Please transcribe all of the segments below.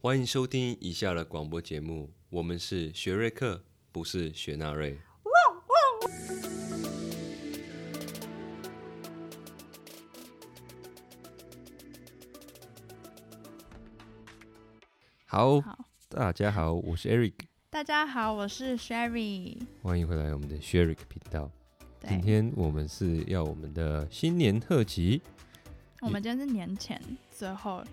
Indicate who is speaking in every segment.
Speaker 1: 欢迎收听以下的广播节目，我们是学瑞克，不是学纳瑞。好，
Speaker 2: 好，
Speaker 1: 大家好，我是 Eric，
Speaker 2: 大家好，我是 Sherry。
Speaker 1: 欢迎回来我们的 Sherick 频道。今
Speaker 2: 对，
Speaker 1: 天我们是要我们的新年特辑，
Speaker 2: 我们今天是年前最后，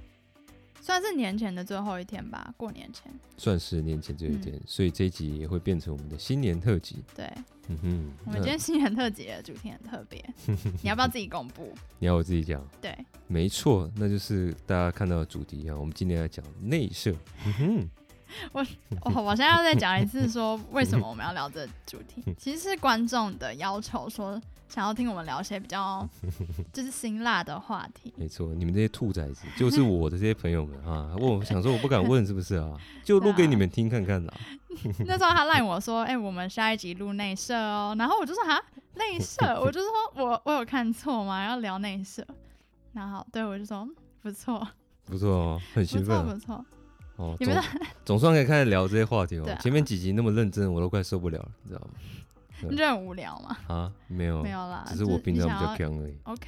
Speaker 2: 算是年前的最后一天吧，过年前。
Speaker 1: 算是年前最后一
Speaker 2: 嗯
Speaker 1: 天，所以这一集也会变成我们的新年特辑。
Speaker 2: 对，
Speaker 1: 嗯哼，
Speaker 2: 我们今
Speaker 1: 那
Speaker 2: 天新年特辑的主题很特别，
Speaker 1: 嗯
Speaker 2: 你要不要自己公布？
Speaker 1: 你要我自己讲。
Speaker 2: 对，
Speaker 1: 没错，那就是大家看到的主题啊。我们今天要讲内射，嗯哼，
Speaker 2: 我我现在要再讲一次，说为什么我们要聊这个主题， 其实是观众的要求，说想要听我们聊一些比较就是辛辣的话题。
Speaker 1: 没错，你们这些兔崽子，就是我的这些朋友们啊，问我想说我不敢问是不是 啊，就录给你们听看看啦。
Speaker 2: 那时候他赖我说：“哎、我们下一集录内射哦。”然后我就说：“哈，内射？” 我就说我我有看错吗？要聊内射？然后对我就说嗯不错，
Speaker 1: 不错哦，很
Speaker 2: 不
Speaker 1: 兴奋
Speaker 2: 错，
Speaker 1: 啊
Speaker 2: 不错。
Speaker 1: 哦，
Speaker 2: 你们
Speaker 1: 总总算可以开始聊这些话题
Speaker 2: 对
Speaker 1: 哦
Speaker 2: 啊。
Speaker 1: 前面几集那么认真，我都快受不了了，你知道吗？
Speaker 2: 你觉得很无聊吗？
Speaker 1: 啊，没有
Speaker 2: 没，有啦，
Speaker 1: 只是我平
Speaker 2: 你
Speaker 1: 常
Speaker 2: 想
Speaker 1: 比较
Speaker 2: 要
Speaker 1: 强而已。
Speaker 2: OK。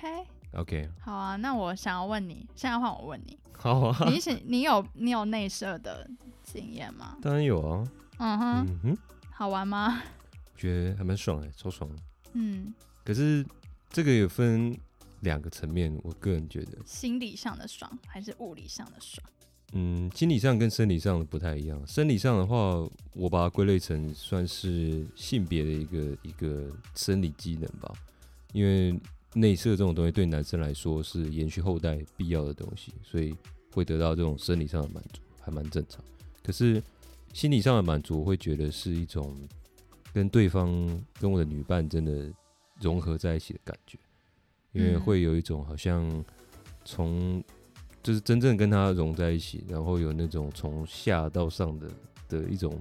Speaker 1: OK，
Speaker 2: 好啊，那我想要问你，现在换 我问你，
Speaker 1: 好啊，
Speaker 2: 你是你有你有内射的经验吗？
Speaker 1: 当然有啊，
Speaker 2: 嗯哼，
Speaker 1: 嗯哼，
Speaker 2: 好玩吗？
Speaker 1: 觉得还蛮爽哎，超爽的。
Speaker 2: 嗯，
Speaker 1: 可是这个也分两个层面，我个人觉得，
Speaker 2: 心理上的爽还是物理上的爽？
Speaker 1: 嗯，心理上跟生理上的不太一样。生理上的话，我把它归类成算是性别的一个一个生理机能吧，因为内射这种东西对男生来说是延续后代必要的东西，所以会得到这种生理上的满足，还蛮正常。可是心理上的满足，我会觉得是一种跟对方跟我的女伴真的融合在一起的感觉，因为
Speaker 2: 嗯
Speaker 1: 会有一种好像从就是真正跟他融在一起，然后有那种从下到上的的一种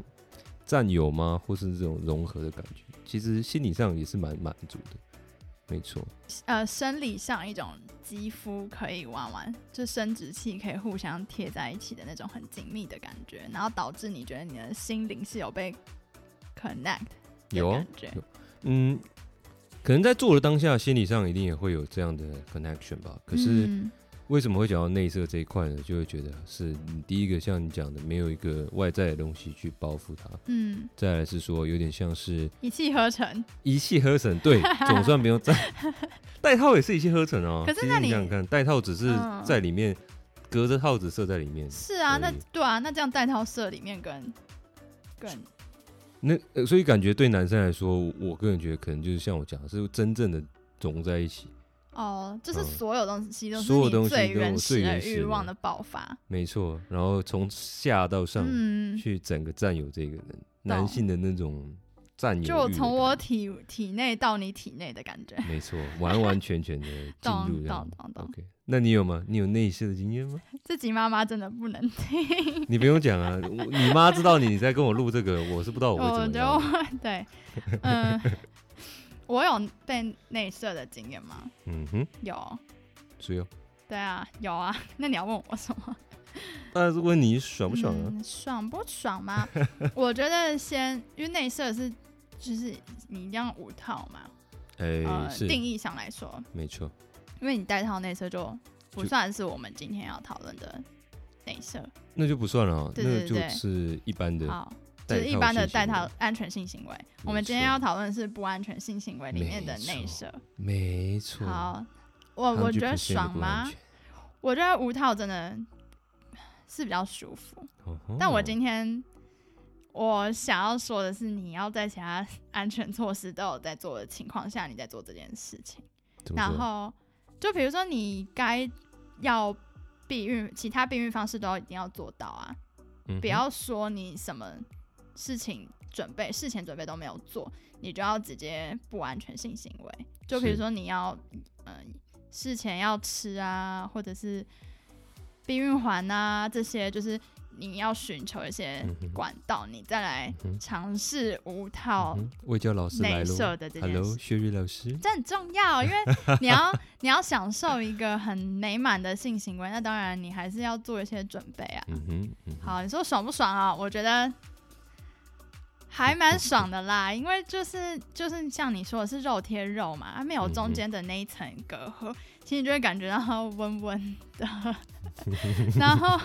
Speaker 1: 占有吗，或是这种融合的感觉，其实心理上也是蛮满足的，没错，
Speaker 2: 呃，生理上一种肌肤可以玩玩，就生殖器可以互相贴在一起的那种很紧密的感觉，然后导致你觉得你的心灵是有被 connect 的
Speaker 1: 有啊
Speaker 2: 感，觉
Speaker 1: 有。嗯，可能在做的当下，心理上一定也会有这样的 connection 吧。可是
Speaker 2: 嗯
Speaker 1: 为什么会讲到内射这一块呢？就会觉得是你第一个像你讲的，没有一个外在的东西去包覆它；
Speaker 2: 嗯，
Speaker 1: 再来是说有点像是
Speaker 2: 一气呵成。
Speaker 1: 一气呵成，对，总算不用再 带套也是一气呵成哦。
Speaker 2: 可是
Speaker 1: 其实
Speaker 2: 那
Speaker 1: 你
Speaker 2: 你
Speaker 1: 想想看，带套只是
Speaker 2: 嗯
Speaker 1: 在里面、隔着套子射在里面，
Speaker 2: 是啊，
Speaker 1: 所
Speaker 2: 那
Speaker 1: 以
Speaker 2: 对啊，那这样带套射里面跟跟
Speaker 1: 那、呃、所以感觉对男生来说，我我个人觉得可能就是像我讲的，是真正的融在一起。
Speaker 2: 哦，就是
Speaker 1: 嗯
Speaker 2: 所有东西都是
Speaker 1: 所有东
Speaker 2: 你
Speaker 1: 西
Speaker 2: 最
Speaker 1: 跟我
Speaker 2: 原
Speaker 1: 最
Speaker 2: 始的
Speaker 1: 原始
Speaker 2: 欲
Speaker 1: 的
Speaker 2: 望的爆发。
Speaker 1: 没错，然后从下到上
Speaker 2: 嗯，
Speaker 1: 去整个占有这个人，男性的那种占有欲的
Speaker 2: 就
Speaker 1: 感
Speaker 2: 我
Speaker 1: 觉，
Speaker 2: 从我体体内到你体内的感觉。
Speaker 1: 没错，完完全 全的进
Speaker 2: 懂
Speaker 1: 入这样
Speaker 2: 懂。懂懂，
Speaker 1: OK，那你有吗？你有内射的经验吗？
Speaker 2: 自己妈妈真的不能听。
Speaker 1: 你不用讲啊，我你妈知道你在跟我录这个，我是不知道我会
Speaker 2: 我
Speaker 1: 怎么
Speaker 2: 就
Speaker 1: 样。
Speaker 2: 对，嗯，我有被内射的经验吗？
Speaker 1: 嗯哼，
Speaker 2: 有，
Speaker 1: 所以哦
Speaker 2: 对啊，有啊。那你要问我什么？
Speaker 1: 当然是问你 爽不爽啊？
Speaker 2: 嗯爽不爽吗？ 我觉得先，因为内射是就是你一定要五套嘛，
Speaker 1: 哎、
Speaker 2: 呃，
Speaker 1: 是
Speaker 2: 定义上来说，
Speaker 1: 没错，
Speaker 2: 因为你带套内射就不
Speaker 1: 就
Speaker 2: 算是我们今天要讨论的内射。
Speaker 1: 那就不算了、啊，
Speaker 2: 对对
Speaker 1: 那
Speaker 2: 对
Speaker 1: 个就是一般的
Speaker 2: 好，就
Speaker 1: 带套性行为，
Speaker 2: 是一般的带套安全性行为。我们今天
Speaker 1: 错
Speaker 2: 要讨论的是不安全性行为里面的
Speaker 1: 没
Speaker 2: 内
Speaker 1: 错
Speaker 2: 射。
Speaker 1: 没错。
Speaker 2: 好，我我觉得
Speaker 1: 100%
Speaker 2: 爽
Speaker 1: 不安
Speaker 2: 吗
Speaker 1: 全？？
Speaker 2: 我觉得无套真的是比较舒服，
Speaker 1: 哦吼
Speaker 2: 但我今天我想要说的是，你要在其他安全措施都有在做的情况下，你在做这件事情。
Speaker 1: 怎么
Speaker 2: 然
Speaker 1: 说
Speaker 2: 后，就比如说你该要避孕，其他避孕方式都要一定要做到啊，
Speaker 1: 嗯
Speaker 2: 不
Speaker 1: 哼
Speaker 2: 要说你什么事情准备事前准备都没有做，你就要直接不安全性行为。就比如
Speaker 1: 是
Speaker 2: 说你要嗯、事前要吃啊，或者是避孕环啊这些，就是你要寻求一些
Speaker 1: 嗯哼
Speaker 2: 管道，你再来
Speaker 1: 嗯哼
Speaker 2: 尝试无套
Speaker 1: 嗯外教老师来
Speaker 2: 内射
Speaker 1: 喽
Speaker 2: 的这件事。
Speaker 1: ，Hello，薛瑞老师，
Speaker 2: 这很重要，因为你要你要享受一个很美满的性行为，那当然你还是要做一些准备啊。
Speaker 1: 嗯哼，嗯哼，
Speaker 2: 好，你说爽不爽啊？我觉得还蛮爽的啦，因为就是就是像你说的是肉贴肉嘛，啊它没
Speaker 1: 嗯
Speaker 2: 有中间的那一层隔阂，其实你就会感觉到温温的， 然后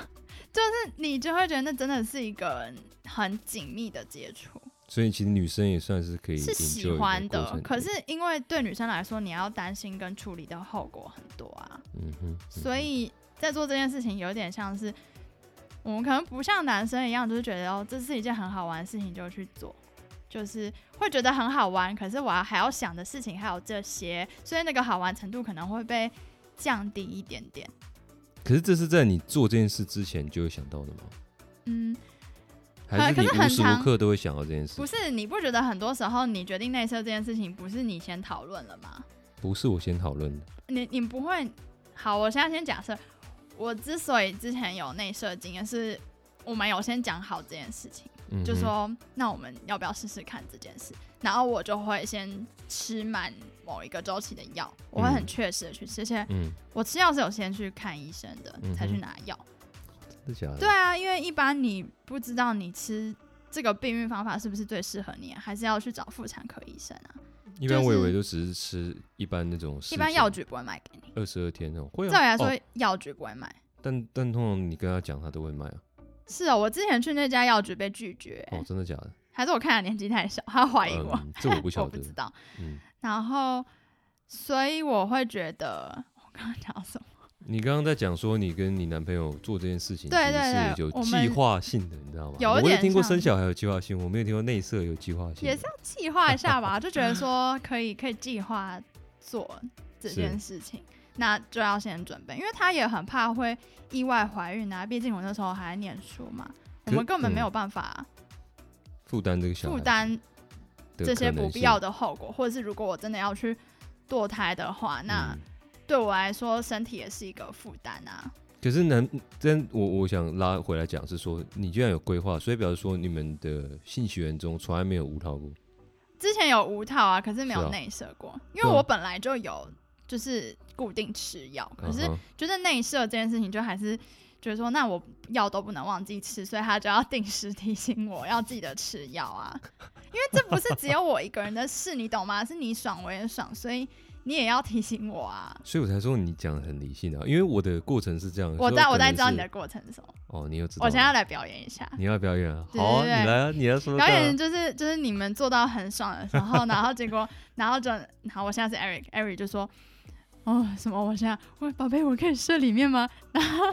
Speaker 2: 就是你就会觉得那真的是一个很紧密的接触。
Speaker 1: 所以其实女生也算是可以
Speaker 2: 是
Speaker 1: enjoy
Speaker 2: 喜欢
Speaker 1: 的过
Speaker 2: 的
Speaker 1: 程，
Speaker 2: 可是因为对女生来说，你要担心跟处理的后果很多啊，
Speaker 1: 嗯哼，
Speaker 2: 所以在做这件事情有点像是我们可能不像男生一样，就是觉得哦，这是一件很好玩的事情就去做，就是会觉得很好玩，可是我要还要想的事情还有这些，所以那个好玩程度可能会被降低一点点。
Speaker 1: 可是这是在你做这件事之前就会想到的吗？
Speaker 2: 嗯，
Speaker 1: 还是
Speaker 2: 可
Speaker 1: 你
Speaker 2: 是很
Speaker 1: 无时
Speaker 2: 常
Speaker 1: 无刻都会想到这件事？
Speaker 2: 不是，你不觉得很多时候你决定内射这件事情，不是你先讨论了吗？
Speaker 1: 不是我先讨论的，
Speaker 2: 你你不会好，我现在先假设，我之所以之前有内射经验，是我们有先讲好这件事情，
Speaker 1: 嗯哼
Speaker 2: 就说那我们要不要试试看这件事，然后我就会先吃满某一个周期的药，我会很
Speaker 1: 嗯
Speaker 2: 确实的去吃，而且
Speaker 1: 嗯，
Speaker 2: 我吃药是有先去看医生的，
Speaker 1: 嗯哼
Speaker 2: 才去拿药。
Speaker 1: 真的假的？
Speaker 2: 对啊，因为一般你不知道你吃。这个避孕方法是不是最适合你啊、还是要去找妇产科医生啊？
Speaker 1: 一般我以
Speaker 2: 就是
Speaker 1: 为都只是吃一般那种，
Speaker 2: 一般药局不会卖给你。
Speaker 1: 二十二天那种，会啊
Speaker 2: 照理来
Speaker 1: 哦
Speaker 2: 说，药局不会卖。
Speaker 1: 但但通常你跟他讲，他都会卖啊。
Speaker 2: 是哦，我之前去那家药局被拒绝、欸
Speaker 1: 哦，真的假的？
Speaker 2: 还是我看他年纪太小，他怀疑我，
Speaker 1: 嗯这我不晓
Speaker 2: 哎 我不
Speaker 1: 得
Speaker 2: 知道。
Speaker 1: 嗯，
Speaker 2: 然后，所以我会觉得，我刚刚讲到什么？
Speaker 1: 你刚刚在讲说你跟你男朋友做这件事情，
Speaker 2: 对
Speaker 1: 其实
Speaker 2: 对
Speaker 1: 是
Speaker 2: 对
Speaker 1: 有
Speaker 2: 我们
Speaker 1: 计划性的，你知道吗？
Speaker 2: 有
Speaker 1: 我
Speaker 2: 点
Speaker 1: 有听过
Speaker 2: 像
Speaker 1: 生小孩有计划性，我没有听过内射有计划性的。
Speaker 2: 也是要计划一下吧，就觉得说可以可以计划做这件事情，那就要先准备，因为他也很怕会意外怀孕啊，毕竟我那时候还在念书嘛，我
Speaker 1: 可
Speaker 2: 们根本
Speaker 1: 嗯
Speaker 2: 没有办法
Speaker 1: 负担这个小孩
Speaker 2: 负担
Speaker 1: 的
Speaker 2: 这些
Speaker 1: 可能
Speaker 2: 不必要
Speaker 1: 性
Speaker 2: 的后果，或者是如果我真的要去堕胎的话，那。
Speaker 1: 嗯
Speaker 2: 对我来说，身体也是一个负担啊。
Speaker 1: 可是男真我我想拉回来讲是说，你居然有规划，所以表示说你们的性学缘中从来没有无套过。
Speaker 2: 之前有无套啊，可是没
Speaker 1: 是
Speaker 2: 有
Speaker 1: 啊
Speaker 2: 内射过，因为
Speaker 1: 对啊
Speaker 2: 我本来就有就是固定吃药，可是
Speaker 1: 嗯哼
Speaker 2: 觉得内射这件事情就还是觉得说，那我药都不能忘记吃，所以他就要定时提醒我要记得吃药 啊。因为这不是只有我一个人的事，你懂吗？是你爽我也爽，所以你也要提醒我啊。
Speaker 1: 所以我才说你讲的很理性啊，因为我的过程是这样。
Speaker 2: 我
Speaker 1: 所以
Speaker 2: 在我
Speaker 1: 可能
Speaker 2: 在知道
Speaker 1: 是
Speaker 2: 你的过程是什么，
Speaker 1: 哦，你又知道
Speaker 2: 我
Speaker 1: 了。
Speaker 2: 现在要来表演一下。
Speaker 1: 你要表演啊？
Speaker 2: 对
Speaker 1: 好啊，
Speaker 2: 对对
Speaker 1: 你来啊，你要说
Speaker 2: 表
Speaker 1: 看啊
Speaker 2: 演就是就是你们做到很爽的 时候，然后结果，然后就，好，我现在是 Eric，Eric 就说，哦什么，我现在，喂宝贝，我可以睡里面吗？然后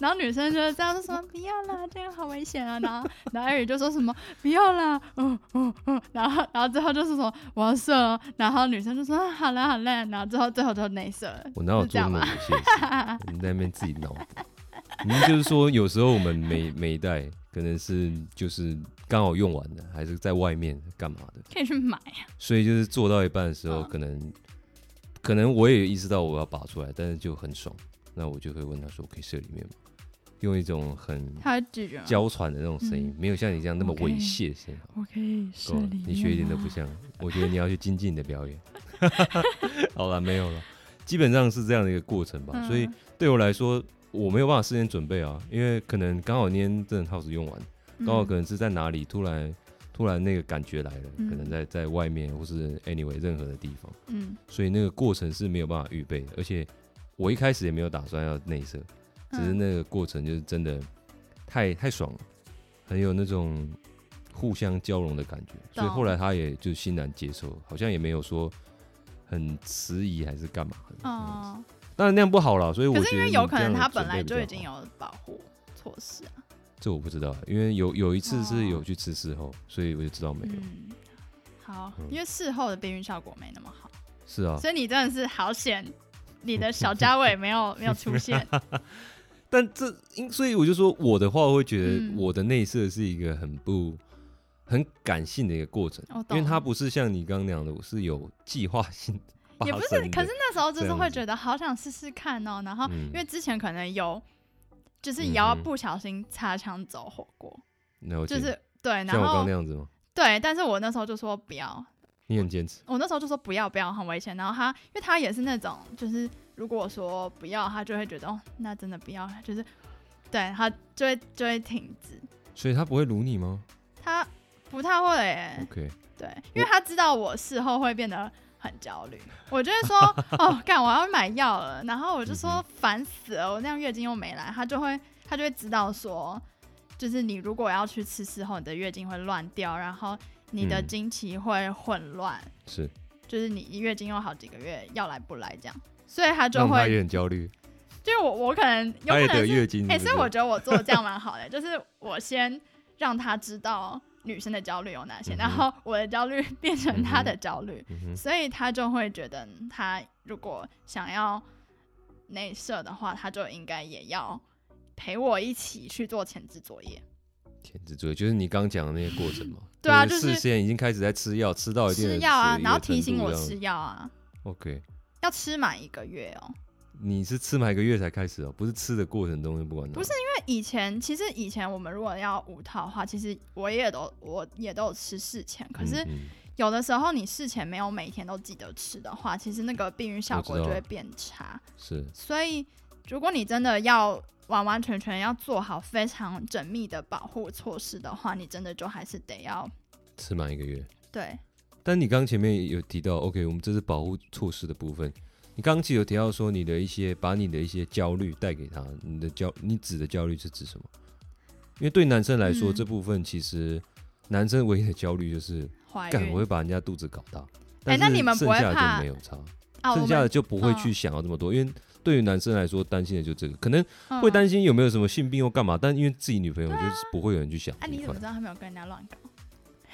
Speaker 2: 然后女生就这样说什么不要啦，这样好危险啊，然后然后 Eric 就说什么不要啦，嗯嗯嗯，然后然后最后就是什么我要射了，然后女生就说啊好啦好啦，然后最后最后就内射了，
Speaker 1: 我哪有
Speaker 2: 是这
Speaker 1: 做那
Speaker 2: 样
Speaker 1: 么
Speaker 2: 吗？
Speaker 1: 猥亵的事？ 你在那边自己脑补。您就是说，有时候我们没没带，可能是就是刚好用完了，还是在外面干嘛的，
Speaker 2: 可以去买，
Speaker 1: 所以就是做到一半的时候，
Speaker 2: 嗯
Speaker 1: 可能可能我也意识到我要拔出来，但是就很爽，那我就会问他说：“我可以射里面吗？”用一种很
Speaker 2: 他会拒绝吗？
Speaker 1: 娇喘的那种声音，没有像你这样那么
Speaker 2: 嗯 OK
Speaker 1: 猥亵的声音。
Speaker 2: 我可以射
Speaker 1: 够了
Speaker 2: 里面，
Speaker 1: 你学一点都
Speaker 2: 吗
Speaker 1: 不像。我觉得你要去精进你的表 演。 好了，没有了，基本上是这样的一个过程吧。
Speaker 2: 嗯
Speaker 1: 所以对我来说，我没有办法事先准备啊，因为可能刚好今天真的 house 用完，
Speaker 2: 嗯
Speaker 1: 刚好可能是在哪里突然突然那个感觉来了，
Speaker 2: 嗯
Speaker 1: 可能在在外面或是 anyway 任何的地方，
Speaker 2: 嗯，
Speaker 1: 所以那个过程是没有办法预备的，而且我一开始也没有打算要内射，只是
Speaker 2: 嗯
Speaker 1: 那个过程就是真的太太爽了，很有那种互相交融的感觉，所以后来他也就欣然接受，好像也没有说很迟疑还是干嘛的。嗯，
Speaker 2: 哦。
Speaker 1: 当然那样不好啦，所以我
Speaker 2: 可
Speaker 1: 觉
Speaker 2: 是
Speaker 1: 得
Speaker 2: 因为
Speaker 1: 你
Speaker 2: 有
Speaker 1: 这
Speaker 2: 可能
Speaker 1: 样
Speaker 2: 他
Speaker 1: 准
Speaker 2: 本来
Speaker 1: 备比
Speaker 2: 就
Speaker 1: 较
Speaker 2: 已经
Speaker 1: 好，
Speaker 2: 有保护措施啊。
Speaker 1: 这我不知道，因为有有一次是
Speaker 2: 哦
Speaker 1: 有去吃事后，所以我就知道没有。
Speaker 2: 嗯，好，
Speaker 1: 嗯
Speaker 2: 因为事后的避孕效果没那么好，
Speaker 1: 是啊，
Speaker 2: 所以你真的是好 险，你的小家尾没有没有出现。
Speaker 1: 但这因所以我就说我的话，我会觉
Speaker 2: 嗯
Speaker 1: 得我的内射是一个很不很感性的一个过程，
Speaker 2: 我懂，
Speaker 1: 因为它不是像你刚刚那样的，我是有计划性的
Speaker 2: 也
Speaker 1: 发
Speaker 2: 不
Speaker 1: 生的。
Speaker 2: 是，可是那时候就
Speaker 1: 这
Speaker 2: 是
Speaker 1: 样
Speaker 2: 会
Speaker 1: 子
Speaker 2: 觉得好想试试看哦，然后
Speaker 1: 嗯
Speaker 2: 因为之前可能有就是也要
Speaker 1: 嗯哼
Speaker 2: 不小心擦枪走火过，
Speaker 1: 了解，
Speaker 2: 就是对，
Speaker 1: 像
Speaker 2: 然
Speaker 1: 我刚刚
Speaker 2: 后
Speaker 1: 那样子吗？
Speaker 2: 对，但是我那时候就说不要，
Speaker 1: 你很坚持，
Speaker 2: 我那时候就说不要不要，很危险。然后他，因为他也是那种，就是如果我说不要，他就会觉得哦，那真的不要，就是对他就会就会停止，
Speaker 1: 所以他不会撸你吗
Speaker 2: 他不太会、欸，
Speaker 1: ？OK，
Speaker 2: 对，因为他知道我事后会变得很焦虑，我就会说哦，干我要买药了，然后我就
Speaker 1: 嗯
Speaker 2: 说烦死了，我那样月经又没来，他就会他就会知道说，就是你如果要去吃事后，你的月经会乱掉，然后你的
Speaker 1: 嗯
Speaker 2: 经期会混乱。
Speaker 1: 是
Speaker 2: 就是你月经有好几个月要来不来这样，所以他就
Speaker 1: 让他
Speaker 2: 会，
Speaker 1: 也很焦虑，
Speaker 2: 就是我我可能有
Speaker 1: 他也
Speaker 2: 可能
Speaker 1: 得
Speaker 2: 是，
Speaker 1: 月经。
Speaker 2: 哎、
Speaker 1: 是
Speaker 2: 所以
Speaker 1: 不
Speaker 2: 我
Speaker 1: 是
Speaker 2: 觉得我做得这样蛮好的，就是我先让他知道女生的焦虑有哪些，
Speaker 1: 嗯哼
Speaker 2: 然后我的焦虑 变成他的焦虑，
Speaker 1: 嗯哼，
Speaker 2: 所以他就会觉得嗯他如果想要内射的话，他就应该也要陪我一起去做前置作业，
Speaker 1: 天之作业就是你刚讲的那些过程嘛。
Speaker 2: 对啊
Speaker 1: 就是
Speaker 2: 就是
Speaker 1: 事先已经开始在吃药，吃哦到一定的
Speaker 2: 吃药啊
Speaker 1: 一，个
Speaker 2: 然后
Speaker 1: 程
Speaker 2: 提醒
Speaker 1: 度
Speaker 2: 我
Speaker 1: 这样
Speaker 2: 吃药啊，
Speaker 1: OK，
Speaker 2: 要吃满一个月哦。
Speaker 1: 你是吃满一个月才开始哦，不是吃的过程中就不管它。
Speaker 2: 不是以前其实以前我们如果要五套的话，其实我也都我也都有吃事前，可是
Speaker 1: 嗯嗯
Speaker 2: 有的时候你事前没有每天都记得吃的话，其实那个避孕效果
Speaker 1: 我知
Speaker 2: 就
Speaker 1: 道
Speaker 2: 会变差。
Speaker 1: 是
Speaker 2: 所以如果你真的要完完全全要做好非常缜密的保护措施的话，你真的就还是得要
Speaker 1: 吃满一个月。
Speaker 2: 对
Speaker 1: 但你刚前面有提到，OK，我们这是保护措施的部分。你刚其实有提到说，你的一些把你的一些焦虑带给他，你的焦，你指的焦虑是指什么？因为对男生来说，
Speaker 2: 嗯
Speaker 1: 这部分其实男生唯一的焦虑就是，
Speaker 2: 怀
Speaker 1: 干我会
Speaker 2: 孕
Speaker 1: 把人家肚子搞大。
Speaker 2: 哎
Speaker 1: 但
Speaker 2: 那
Speaker 1: 是
Speaker 2: 你们不
Speaker 1: 剩
Speaker 2: 会
Speaker 1: 下的
Speaker 2: 怕
Speaker 1: 就没有差，
Speaker 2: 啊，我
Speaker 1: 剩下的
Speaker 2: 们
Speaker 1: 就不会
Speaker 2: 嗯
Speaker 1: 去想要这么多，因为对于男生来说，担心的就这个，可能
Speaker 2: 嗯
Speaker 1: 会担心有没有什么性病或干嘛，但因为自己女朋友就是不会有人去想
Speaker 2: 啊，
Speaker 1: 这一
Speaker 2: 你怎
Speaker 1: 块
Speaker 2: 么。知道他没有跟人家乱搞？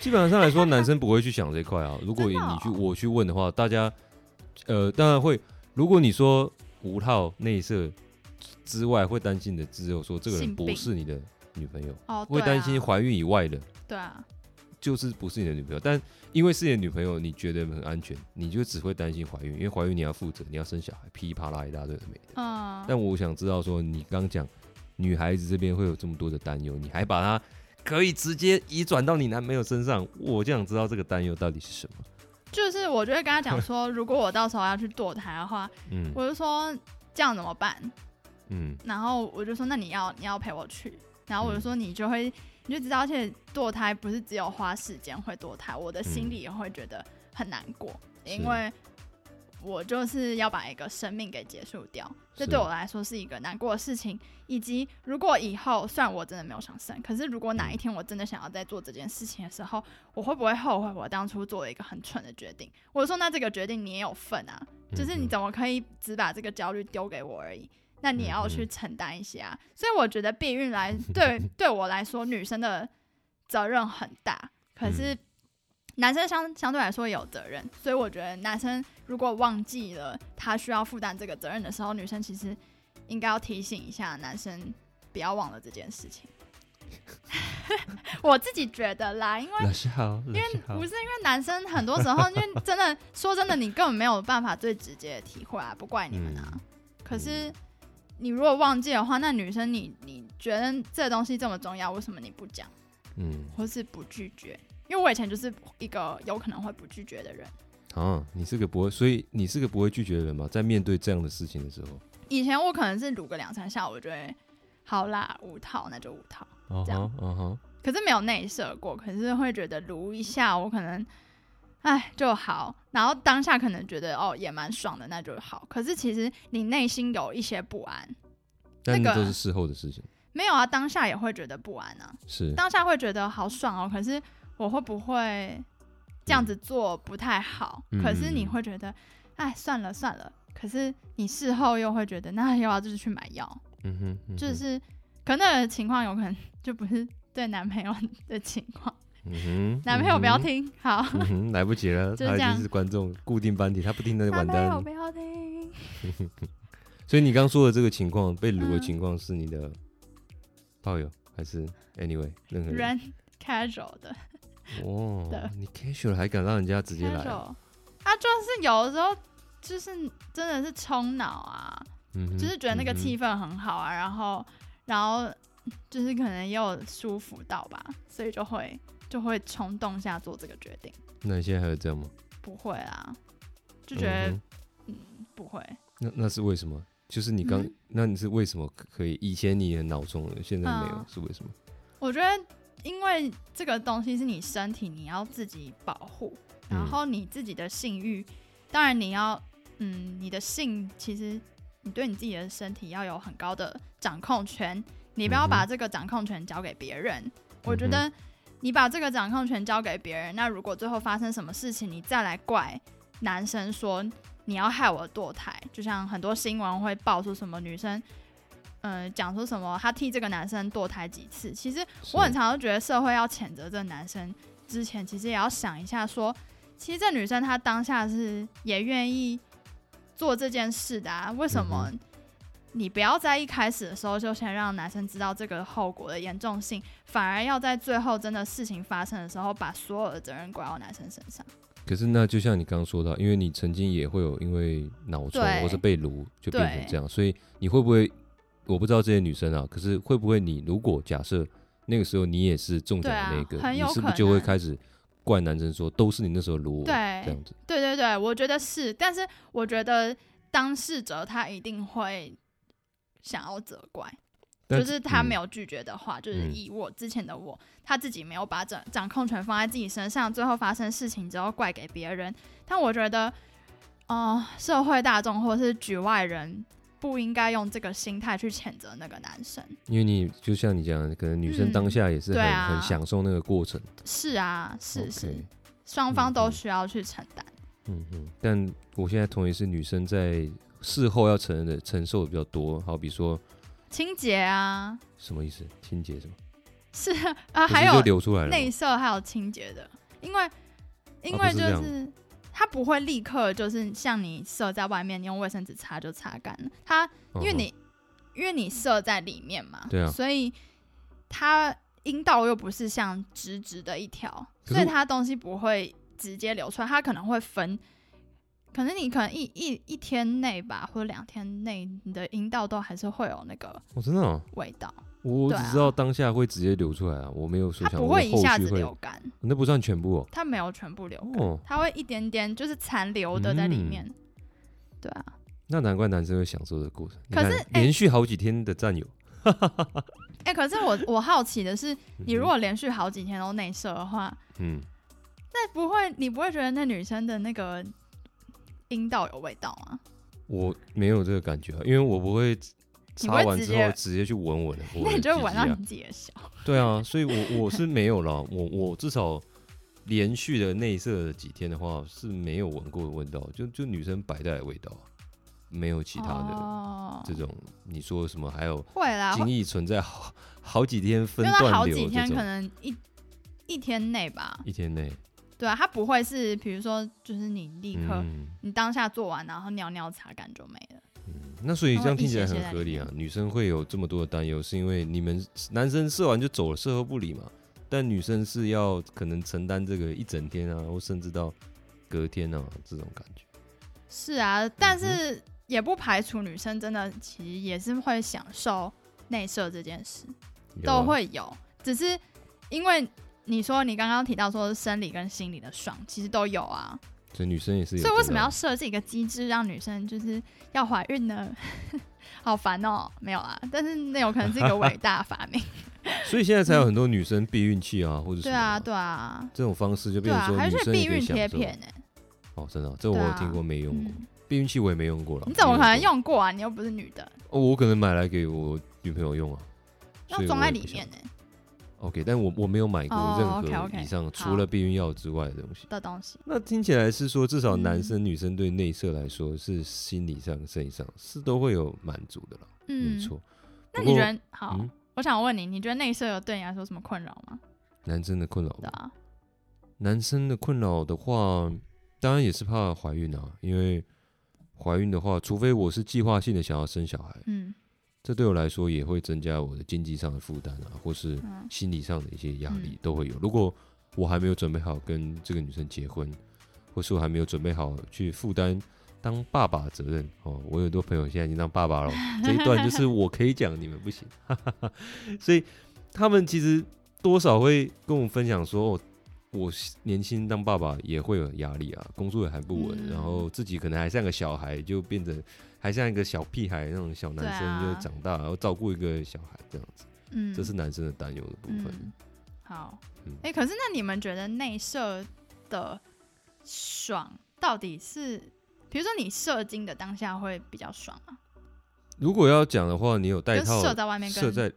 Speaker 1: 基本上来说，男生不会去想这一 块啊。如果
Speaker 2: 真
Speaker 1: 你
Speaker 2: 的哦
Speaker 1: 去我去问的话，大家呃当然会。如果你说无套内射之外，会担心的只有说这个人
Speaker 2: 性病
Speaker 1: 不是你的女朋友，
Speaker 2: 哦，
Speaker 1: 会
Speaker 2: 对
Speaker 1: 担
Speaker 2: 啊
Speaker 1: 心怀孕以外的
Speaker 2: 对啊，
Speaker 1: 就是不是你的女朋友。但因为是你的女朋友，你觉得很安全，你就只会担心怀孕，因为怀孕你要负责，你要生小孩，噼里啪啦一大堆的没的。
Speaker 2: 嗯，
Speaker 1: 但我想知道说，你刚讲女孩子这边会有这么多的担忧，你还把它可以直接移转到你男朋友身上，我就想知道这个担忧到底是什么。
Speaker 2: 就是我就会跟他讲说，如果我到时候要去堕胎的话，
Speaker 1: 嗯
Speaker 2: 我就说这样怎么办？
Speaker 1: 嗯，
Speaker 2: 然后我就说那你要你要陪我去，然后我就说你就会你就知道，而且堕胎不是只有花时间会堕胎，我的心里也会觉得很难过，
Speaker 1: 嗯是
Speaker 2: 因为我就是要把一个生命给结束掉，这
Speaker 1: 是
Speaker 2: 对我来说是一个难过的事情。以及如果以后虽然我真的没有想生，可是如果
Speaker 1: 嗯
Speaker 2: 哪一天我真的想要再做这件事情的时候，我会不会后悔我当初做了一个很蠢的决定？我说那这个决定你也有份啊，就是你
Speaker 1: 嗯
Speaker 2: 怎么可以只把这个焦虑丢给我而已？那你也要去
Speaker 1: 嗯
Speaker 2: 承担一些啊。所以我觉得避 孕来对对我来说，女生的责任很大，可是
Speaker 1: 嗯
Speaker 2: 男生相相对来说也有责任。所以我觉得男生如果忘记了他需要负担这个责任的时候，女生其实应该要提醒一下男生，不要忘了这件事情。 我自己觉得啦，因为
Speaker 1: 老师好，老师好
Speaker 2: 不，是因为男生很多时候，因为真的说真的，你根本没有办法最直接的体会啊，不怪你们啊。
Speaker 1: 嗯
Speaker 2: 可是你如果忘记的话，那女生你你觉得这东西这么重要，为什么你不讲
Speaker 1: 嗯
Speaker 2: 或是不拒绝？因为我以前就是一个有可能会不拒绝的人，
Speaker 1: 啊，你是个不会，所以你是个不会拒绝的人嘛？在面对这样的事情的时候，
Speaker 2: 以前我可能是撸个两三下，我就会好啦，五套那就五套，
Speaker 1: 啊
Speaker 2: 这样
Speaker 1: 哈啊哈，
Speaker 2: 可是没有内射过，可是会觉得撸一下，我可能，哎就好。然后当下可能觉得哦也蛮爽的，那就好。可是其实你内心有一些不安，
Speaker 1: 但
Speaker 2: 那个
Speaker 1: 都是事后的事情，
Speaker 2: 没有啊，当下也会觉得不安啊，
Speaker 1: 是
Speaker 2: 当下会觉得好爽哦。可是我会不会这样子做不太好？
Speaker 1: 嗯
Speaker 2: 可是你会觉得，哎算了算了。可是你事后又会觉得，那又要就是去买药，
Speaker 1: 嗯哼，嗯哼
Speaker 2: 就是可能那个情况有可能就不是对男朋友的情况，
Speaker 1: 嗯哼
Speaker 2: 男朋友不要
Speaker 1: 嗯哼
Speaker 2: 听，好。
Speaker 1: 嗯哼，来不及了，
Speaker 2: 就是
Speaker 1: 他已
Speaker 2: 这样
Speaker 1: 经是观众固定班底，他不听那就完蛋
Speaker 2: 男朋
Speaker 1: 了
Speaker 2: 友。不要听。
Speaker 1: 所以你刚说的这个情况，被掳的
Speaker 2: 嗯
Speaker 1: 情况是你的炮友还是 anyway 任何人？
Speaker 2: 人 casual 的
Speaker 1: 哦
Speaker 2: 的，
Speaker 1: 你 casual 还敢让人家直接来啊？
Speaker 2: casual，啊，就是有的时候就是真的是冲脑啊，
Speaker 1: 嗯哼
Speaker 2: 就是觉得那个
Speaker 1: 嗯哼
Speaker 2: 气氛很好啊，然后然后就是可能也有舒服到吧，所以就会就会冲动下做这个决定。
Speaker 1: 那你现在还有这样吗？
Speaker 2: 不会啦，就觉得
Speaker 1: 嗯哼
Speaker 2: 不会。
Speaker 1: 那那是为什么？就是你刚，
Speaker 2: 嗯
Speaker 1: 那你是为什么可以？以前你很脑中的，现在没有，
Speaker 2: 嗯
Speaker 1: 是为什么？
Speaker 2: 我觉得，因为这个东西是你身体，你要自己保护，
Speaker 1: 嗯
Speaker 2: 然后你自己的性欲，当然你要，嗯，你的性其实你对你自己的身体要有很高的掌控权，你不要
Speaker 1: 嗯哼
Speaker 2: 把这个掌控权交给别人。我
Speaker 1: 嗯
Speaker 2: 觉
Speaker 1: 哼
Speaker 2: 得你把这个掌控权交给别人，那如果最后发生什么事情，你再来怪男生说你要害我堕胎，就像很多新闻会爆出什么女生。嗯、讲出什么？她替这个男生堕胎几次？其实
Speaker 1: 是
Speaker 2: 我很常觉得社会要谴责这男生之前，其实也要想一下说，其实这女生她当下是也愿意做这件事的啊，为什
Speaker 1: 嗯
Speaker 2: 么你不要在一开始的时候就先让男生知道这个后果的严重性，反而要在最后真的事情发生的时候，把所有的责任怪到男生身上？
Speaker 1: 可是那就像你刚刚说到，因为你曾经也会有因为脑冲
Speaker 2: 对
Speaker 1: 或是被撸就变成
Speaker 2: 对
Speaker 1: 这样，所以你会不会？我不知道这些女生啊，可是会不会你如果假设那个时候你也是中奖的那个，
Speaker 2: 对啊很
Speaker 1: 你
Speaker 2: 有
Speaker 1: 是不
Speaker 2: 可
Speaker 1: 是就会
Speaker 2: 能
Speaker 1: 开始怪男生说都是你那时候撸我这
Speaker 2: 对
Speaker 1: 样子？
Speaker 2: 对对对，我觉得是，但是我觉得当事者他一定会想要责怪。
Speaker 1: 但
Speaker 2: 就是他
Speaker 1: 嗯
Speaker 2: 没有拒绝的话，就是
Speaker 1: 嗯
Speaker 2: 以我之前的我，他自己没有把掌掌控权放在自己身上，最后发生事情之后怪给别人。但我觉得，呃，社会大众或是局外人不应该用这个心态去谴责那个男生。
Speaker 1: 因为你就像你讲的，可能女生
Speaker 2: 嗯
Speaker 1: 当下也是
Speaker 2: 对
Speaker 1: 很、
Speaker 2: 啊
Speaker 1: 很享受那个过程。
Speaker 2: 是啊，是是
Speaker 1: OK，，
Speaker 2: 双方
Speaker 1: 嗯
Speaker 2: 都
Speaker 1: 嗯
Speaker 2: 需要去承担。
Speaker 1: 嗯哼，但我现在同意是女生在事后要承认的承受的比较多，好比说
Speaker 2: 清洁啊，
Speaker 1: 什么意思？清洁什么？
Speaker 2: 是啊，
Speaker 1: 不
Speaker 2: 还
Speaker 1: 是
Speaker 2: 有
Speaker 1: 就流出来了吗。
Speaker 2: 内射还有清洁的，因为因
Speaker 1: 哦不
Speaker 2: 为
Speaker 1: 是
Speaker 2: 就
Speaker 1: 这样
Speaker 2: 是、它不会立刻就是像你射在外面，你用卫生纸擦就擦干了。它因为
Speaker 1: 嗯哼
Speaker 2: 你、因为你射在里面嘛，
Speaker 1: 对啊
Speaker 2: 所以它阴道又不是像直直的一条，
Speaker 1: 可是
Speaker 2: 所以
Speaker 1: 我
Speaker 2: 它东西不会直接流出来，它可能会分。可能你可能一一一天内吧，或者两天内，你的阴道都还是会有那个
Speaker 1: 哦，真的、哦，
Speaker 2: 味道，
Speaker 1: 我
Speaker 2: 对
Speaker 1: 只
Speaker 2: 啊
Speaker 1: 知道当下会直接流出来啊，我没有说
Speaker 2: 它
Speaker 1: 想
Speaker 2: 不
Speaker 1: 过
Speaker 2: 会一
Speaker 1: 后
Speaker 2: 下
Speaker 1: 续
Speaker 2: 子
Speaker 1: 会
Speaker 2: 流，干，
Speaker 1: 那不算全部哦。
Speaker 2: 它没有全部流干。
Speaker 1: 哦，嗯
Speaker 2: 它会一点点就是残留的在里面。对啊，
Speaker 1: 那难怪男生会享受这个过程。你
Speaker 2: 可是
Speaker 1: 看
Speaker 2: 哎
Speaker 1: 连续好几天的占有，
Speaker 2: 哎、可是我我好奇的是，你如
Speaker 1: 嗯
Speaker 2: 果连续好几天都内射的话，
Speaker 1: 嗯，
Speaker 2: 那不会你不会觉得那女生的那个阴道有味道吗？
Speaker 1: 我没有这个感觉啊，因为我不会
Speaker 2: 不会
Speaker 1: 擦完
Speaker 2: 直
Speaker 1: 之
Speaker 2: 接
Speaker 1: 后直接去闻我的，我
Speaker 2: 那
Speaker 1: 的
Speaker 2: 你就
Speaker 1: 鸡
Speaker 2: 闻
Speaker 1: 鸡
Speaker 2: 到
Speaker 1: 啊
Speaker 2: 你自己的小，
Speaker 1: 对啊，所以我我是没有了，我我至少连续的内射了几天的话是没有闻过的味道，就就女生白带的味道，啊没有其他的
Speaker 2: 哦
Speaker 1: 这种。你说什么还有
Speaker 2: 会啦，
Speaker 1: 精
Speaker 2: 会
Speaker 1: 液存在好好几天分
Speaker 2: 用到
Speaker 1: 段
Speaker 2: 好
Speaker 1: 流
Speaker 2: 几
Speaker 1: 这
Speaker 2: 天，可
Speaker 1: 种，
Speaker 2: 能一一天内吧。
Speaker 1: 一天内，
Speaker 2: 对啊，它不会是比如说就是你立刻、
Speaker 1: 嗯
Speaker 2: 你当下做完，然后尿尿擦干就没了。
Speaker 1: 嗯，那所以
Speaker 2: 它
Speaker 1: 这样
Speaker 2: 会
Speaker 1: 听
Speaker 2: 一
Speaker 1: 起
Speaker 2: 些
Speaker 1: 来
Speaker 2: 些
Speaker 1: 很
Speaker 2: 在
Speaker 1: 合
Speaker 2: 里
Speaker 1: 理啊
Speaker 2: 面。
Speaker 1: 女生会有这么多的担忧，是因为你们男生射完就走了，事后不理嘛。但女生是要可能承担这个一整天啊，或甚至到隔天啊这种感觉。
Speaker 2: 是啊，
Speaker 1: 嗯
Speaker 2: 但是也不排除女生真的其实也是会享受内射这件事，
Speaker 1: 有啊
Speaker 2: 都会有，只是因为你说你刚刚提到说生理跟心理的爽，其实都有啊，
Speaker 1: 所以女生也是有这个
Speaker 2: 所
Speaker 1: 啊。
Speaker 2: 以为什么要设计一个机制让女生就是要怀孕呢？ 好烦哦，没有啊，但是那有可能是一个伟大的发 明，
Speaker 1: 所以现在才有很多女生避孕器啊，或者什
Speaker 2: 对
Speaker 1: 么的
Speaker 2: 啊，
Speaker 1: 啊
Speaker 2: 对啊，
Speaker 1: 这种方式就
Speaker 2: 对
Speaker 1: 变
Speaker 2: 啊
Speaker 1: 成，说
Speaker 2: 还
Speaker 1: 女
Speaker 2: 是
Speaker 1: 生也
Speaker 2: 避
Speaker 1: 可以
Speaker 2: 孕贴
Speaker 1: 享受。
Speaker 2: 片呢、
Speaker 1: 哦，真的啊、这我有听
Speaker 2: 对
Speaker 1: 过，
Speaker 2: 啊
Speaker 1: 没用过。
Speaker 2: 嗯
Speaker 1: 避孕器我也没用过了。
Speaker 2: 你怎么
Speaker 1: 没
Speaker 2: 可能
Speaker 1: 过、
Speaker 2: 用过啊？你又不是女的，
Speaker 1: 哦？我可能买来给我女朋友用啊。所
Speaker 2: 要
Speaker 1: 以
Speaker 2: 装
Speaker 1: 我
Speaker 2: 在
Speaker 1: 也
Speaker 2: 里
Speaker 1: 不想
Speaker 2: 面呢、
Speaker 1: OK，但我我没有买过
Speaker 2: 哦
Speaker 1: 任何
Speaker 2: OK，OK，
Speaker 1: 以上、除
Speaker 2: 好
Speaker 1: 了避孕药之外的东西。
Speaker 2: 的东西。
Speaker 1: 那听起来是说，至少男
Speaker 2: 嗯
Speaker 1: 生、女生对内射来说是心理上、生理上是都会有满足的了，
Speaker 2: 嗯，
Speaker 1: 没错。
Speaker 2: 那
Speaker 1: 不
Speaker 2: 你
Speaker 1: 过
Speaker 2: 觉得好？
Speaker 1: 嗯
Speaker 2: 我想问你，你觉得内射有对你来说什么困扰吗？
Speaker 1: 男生的困扰
Speaker 2: 对啊，
Speaker 1: 男生的困扰的话，当然也是怕怀孕啊，因为怀孕的话，除非我是计划性的想要生小孩，
Speaker 2: 嗯
Speaker 1: 这对我来说也会增加我的经济上的负担啊，或是
Speaker 2: 嗯
Speaker 1: 心理上的一些压力
Speaker 2: 嗯
Speaker 1: 都会有。如果我还没有准备好跟这个女生结婚，或是我还没有准备好去负担当爸爸的责任哦，我有很多朋友现在已经当爸爸了，这一段就是我可以讲，你们不行， 哈哈哈。所以他们其实多少会跟我分享说，哦，我年轻当爸爸也会有压力啊，工作也还不稳，
Speaker 2: 嗯
Speaker 1: 然后自己可能还像个小孩，就变得还像一个小屁孩那种小男
Speaker 2: 对
Speaker 1: 生，
Speaker 2: 啊
Speaker 1: 就长大、然后照顾一个小孩这样子，
Speaker 2: 嗯，
Speaker 1: 这是男生的担忧的部分。
Speaker 2: 嗯、好，哎、
Speaker 1: 嗯
Speaker 2: 可是那你们觉得内射的爽到底是，比如说你射精的当下会比较爽吗？
Speaker 1: 如果要讲的话，你有带
Speaker 2: 跟
Speaker 1: 套
Speaker 2: 射在外面跟
Speaker 1: 射在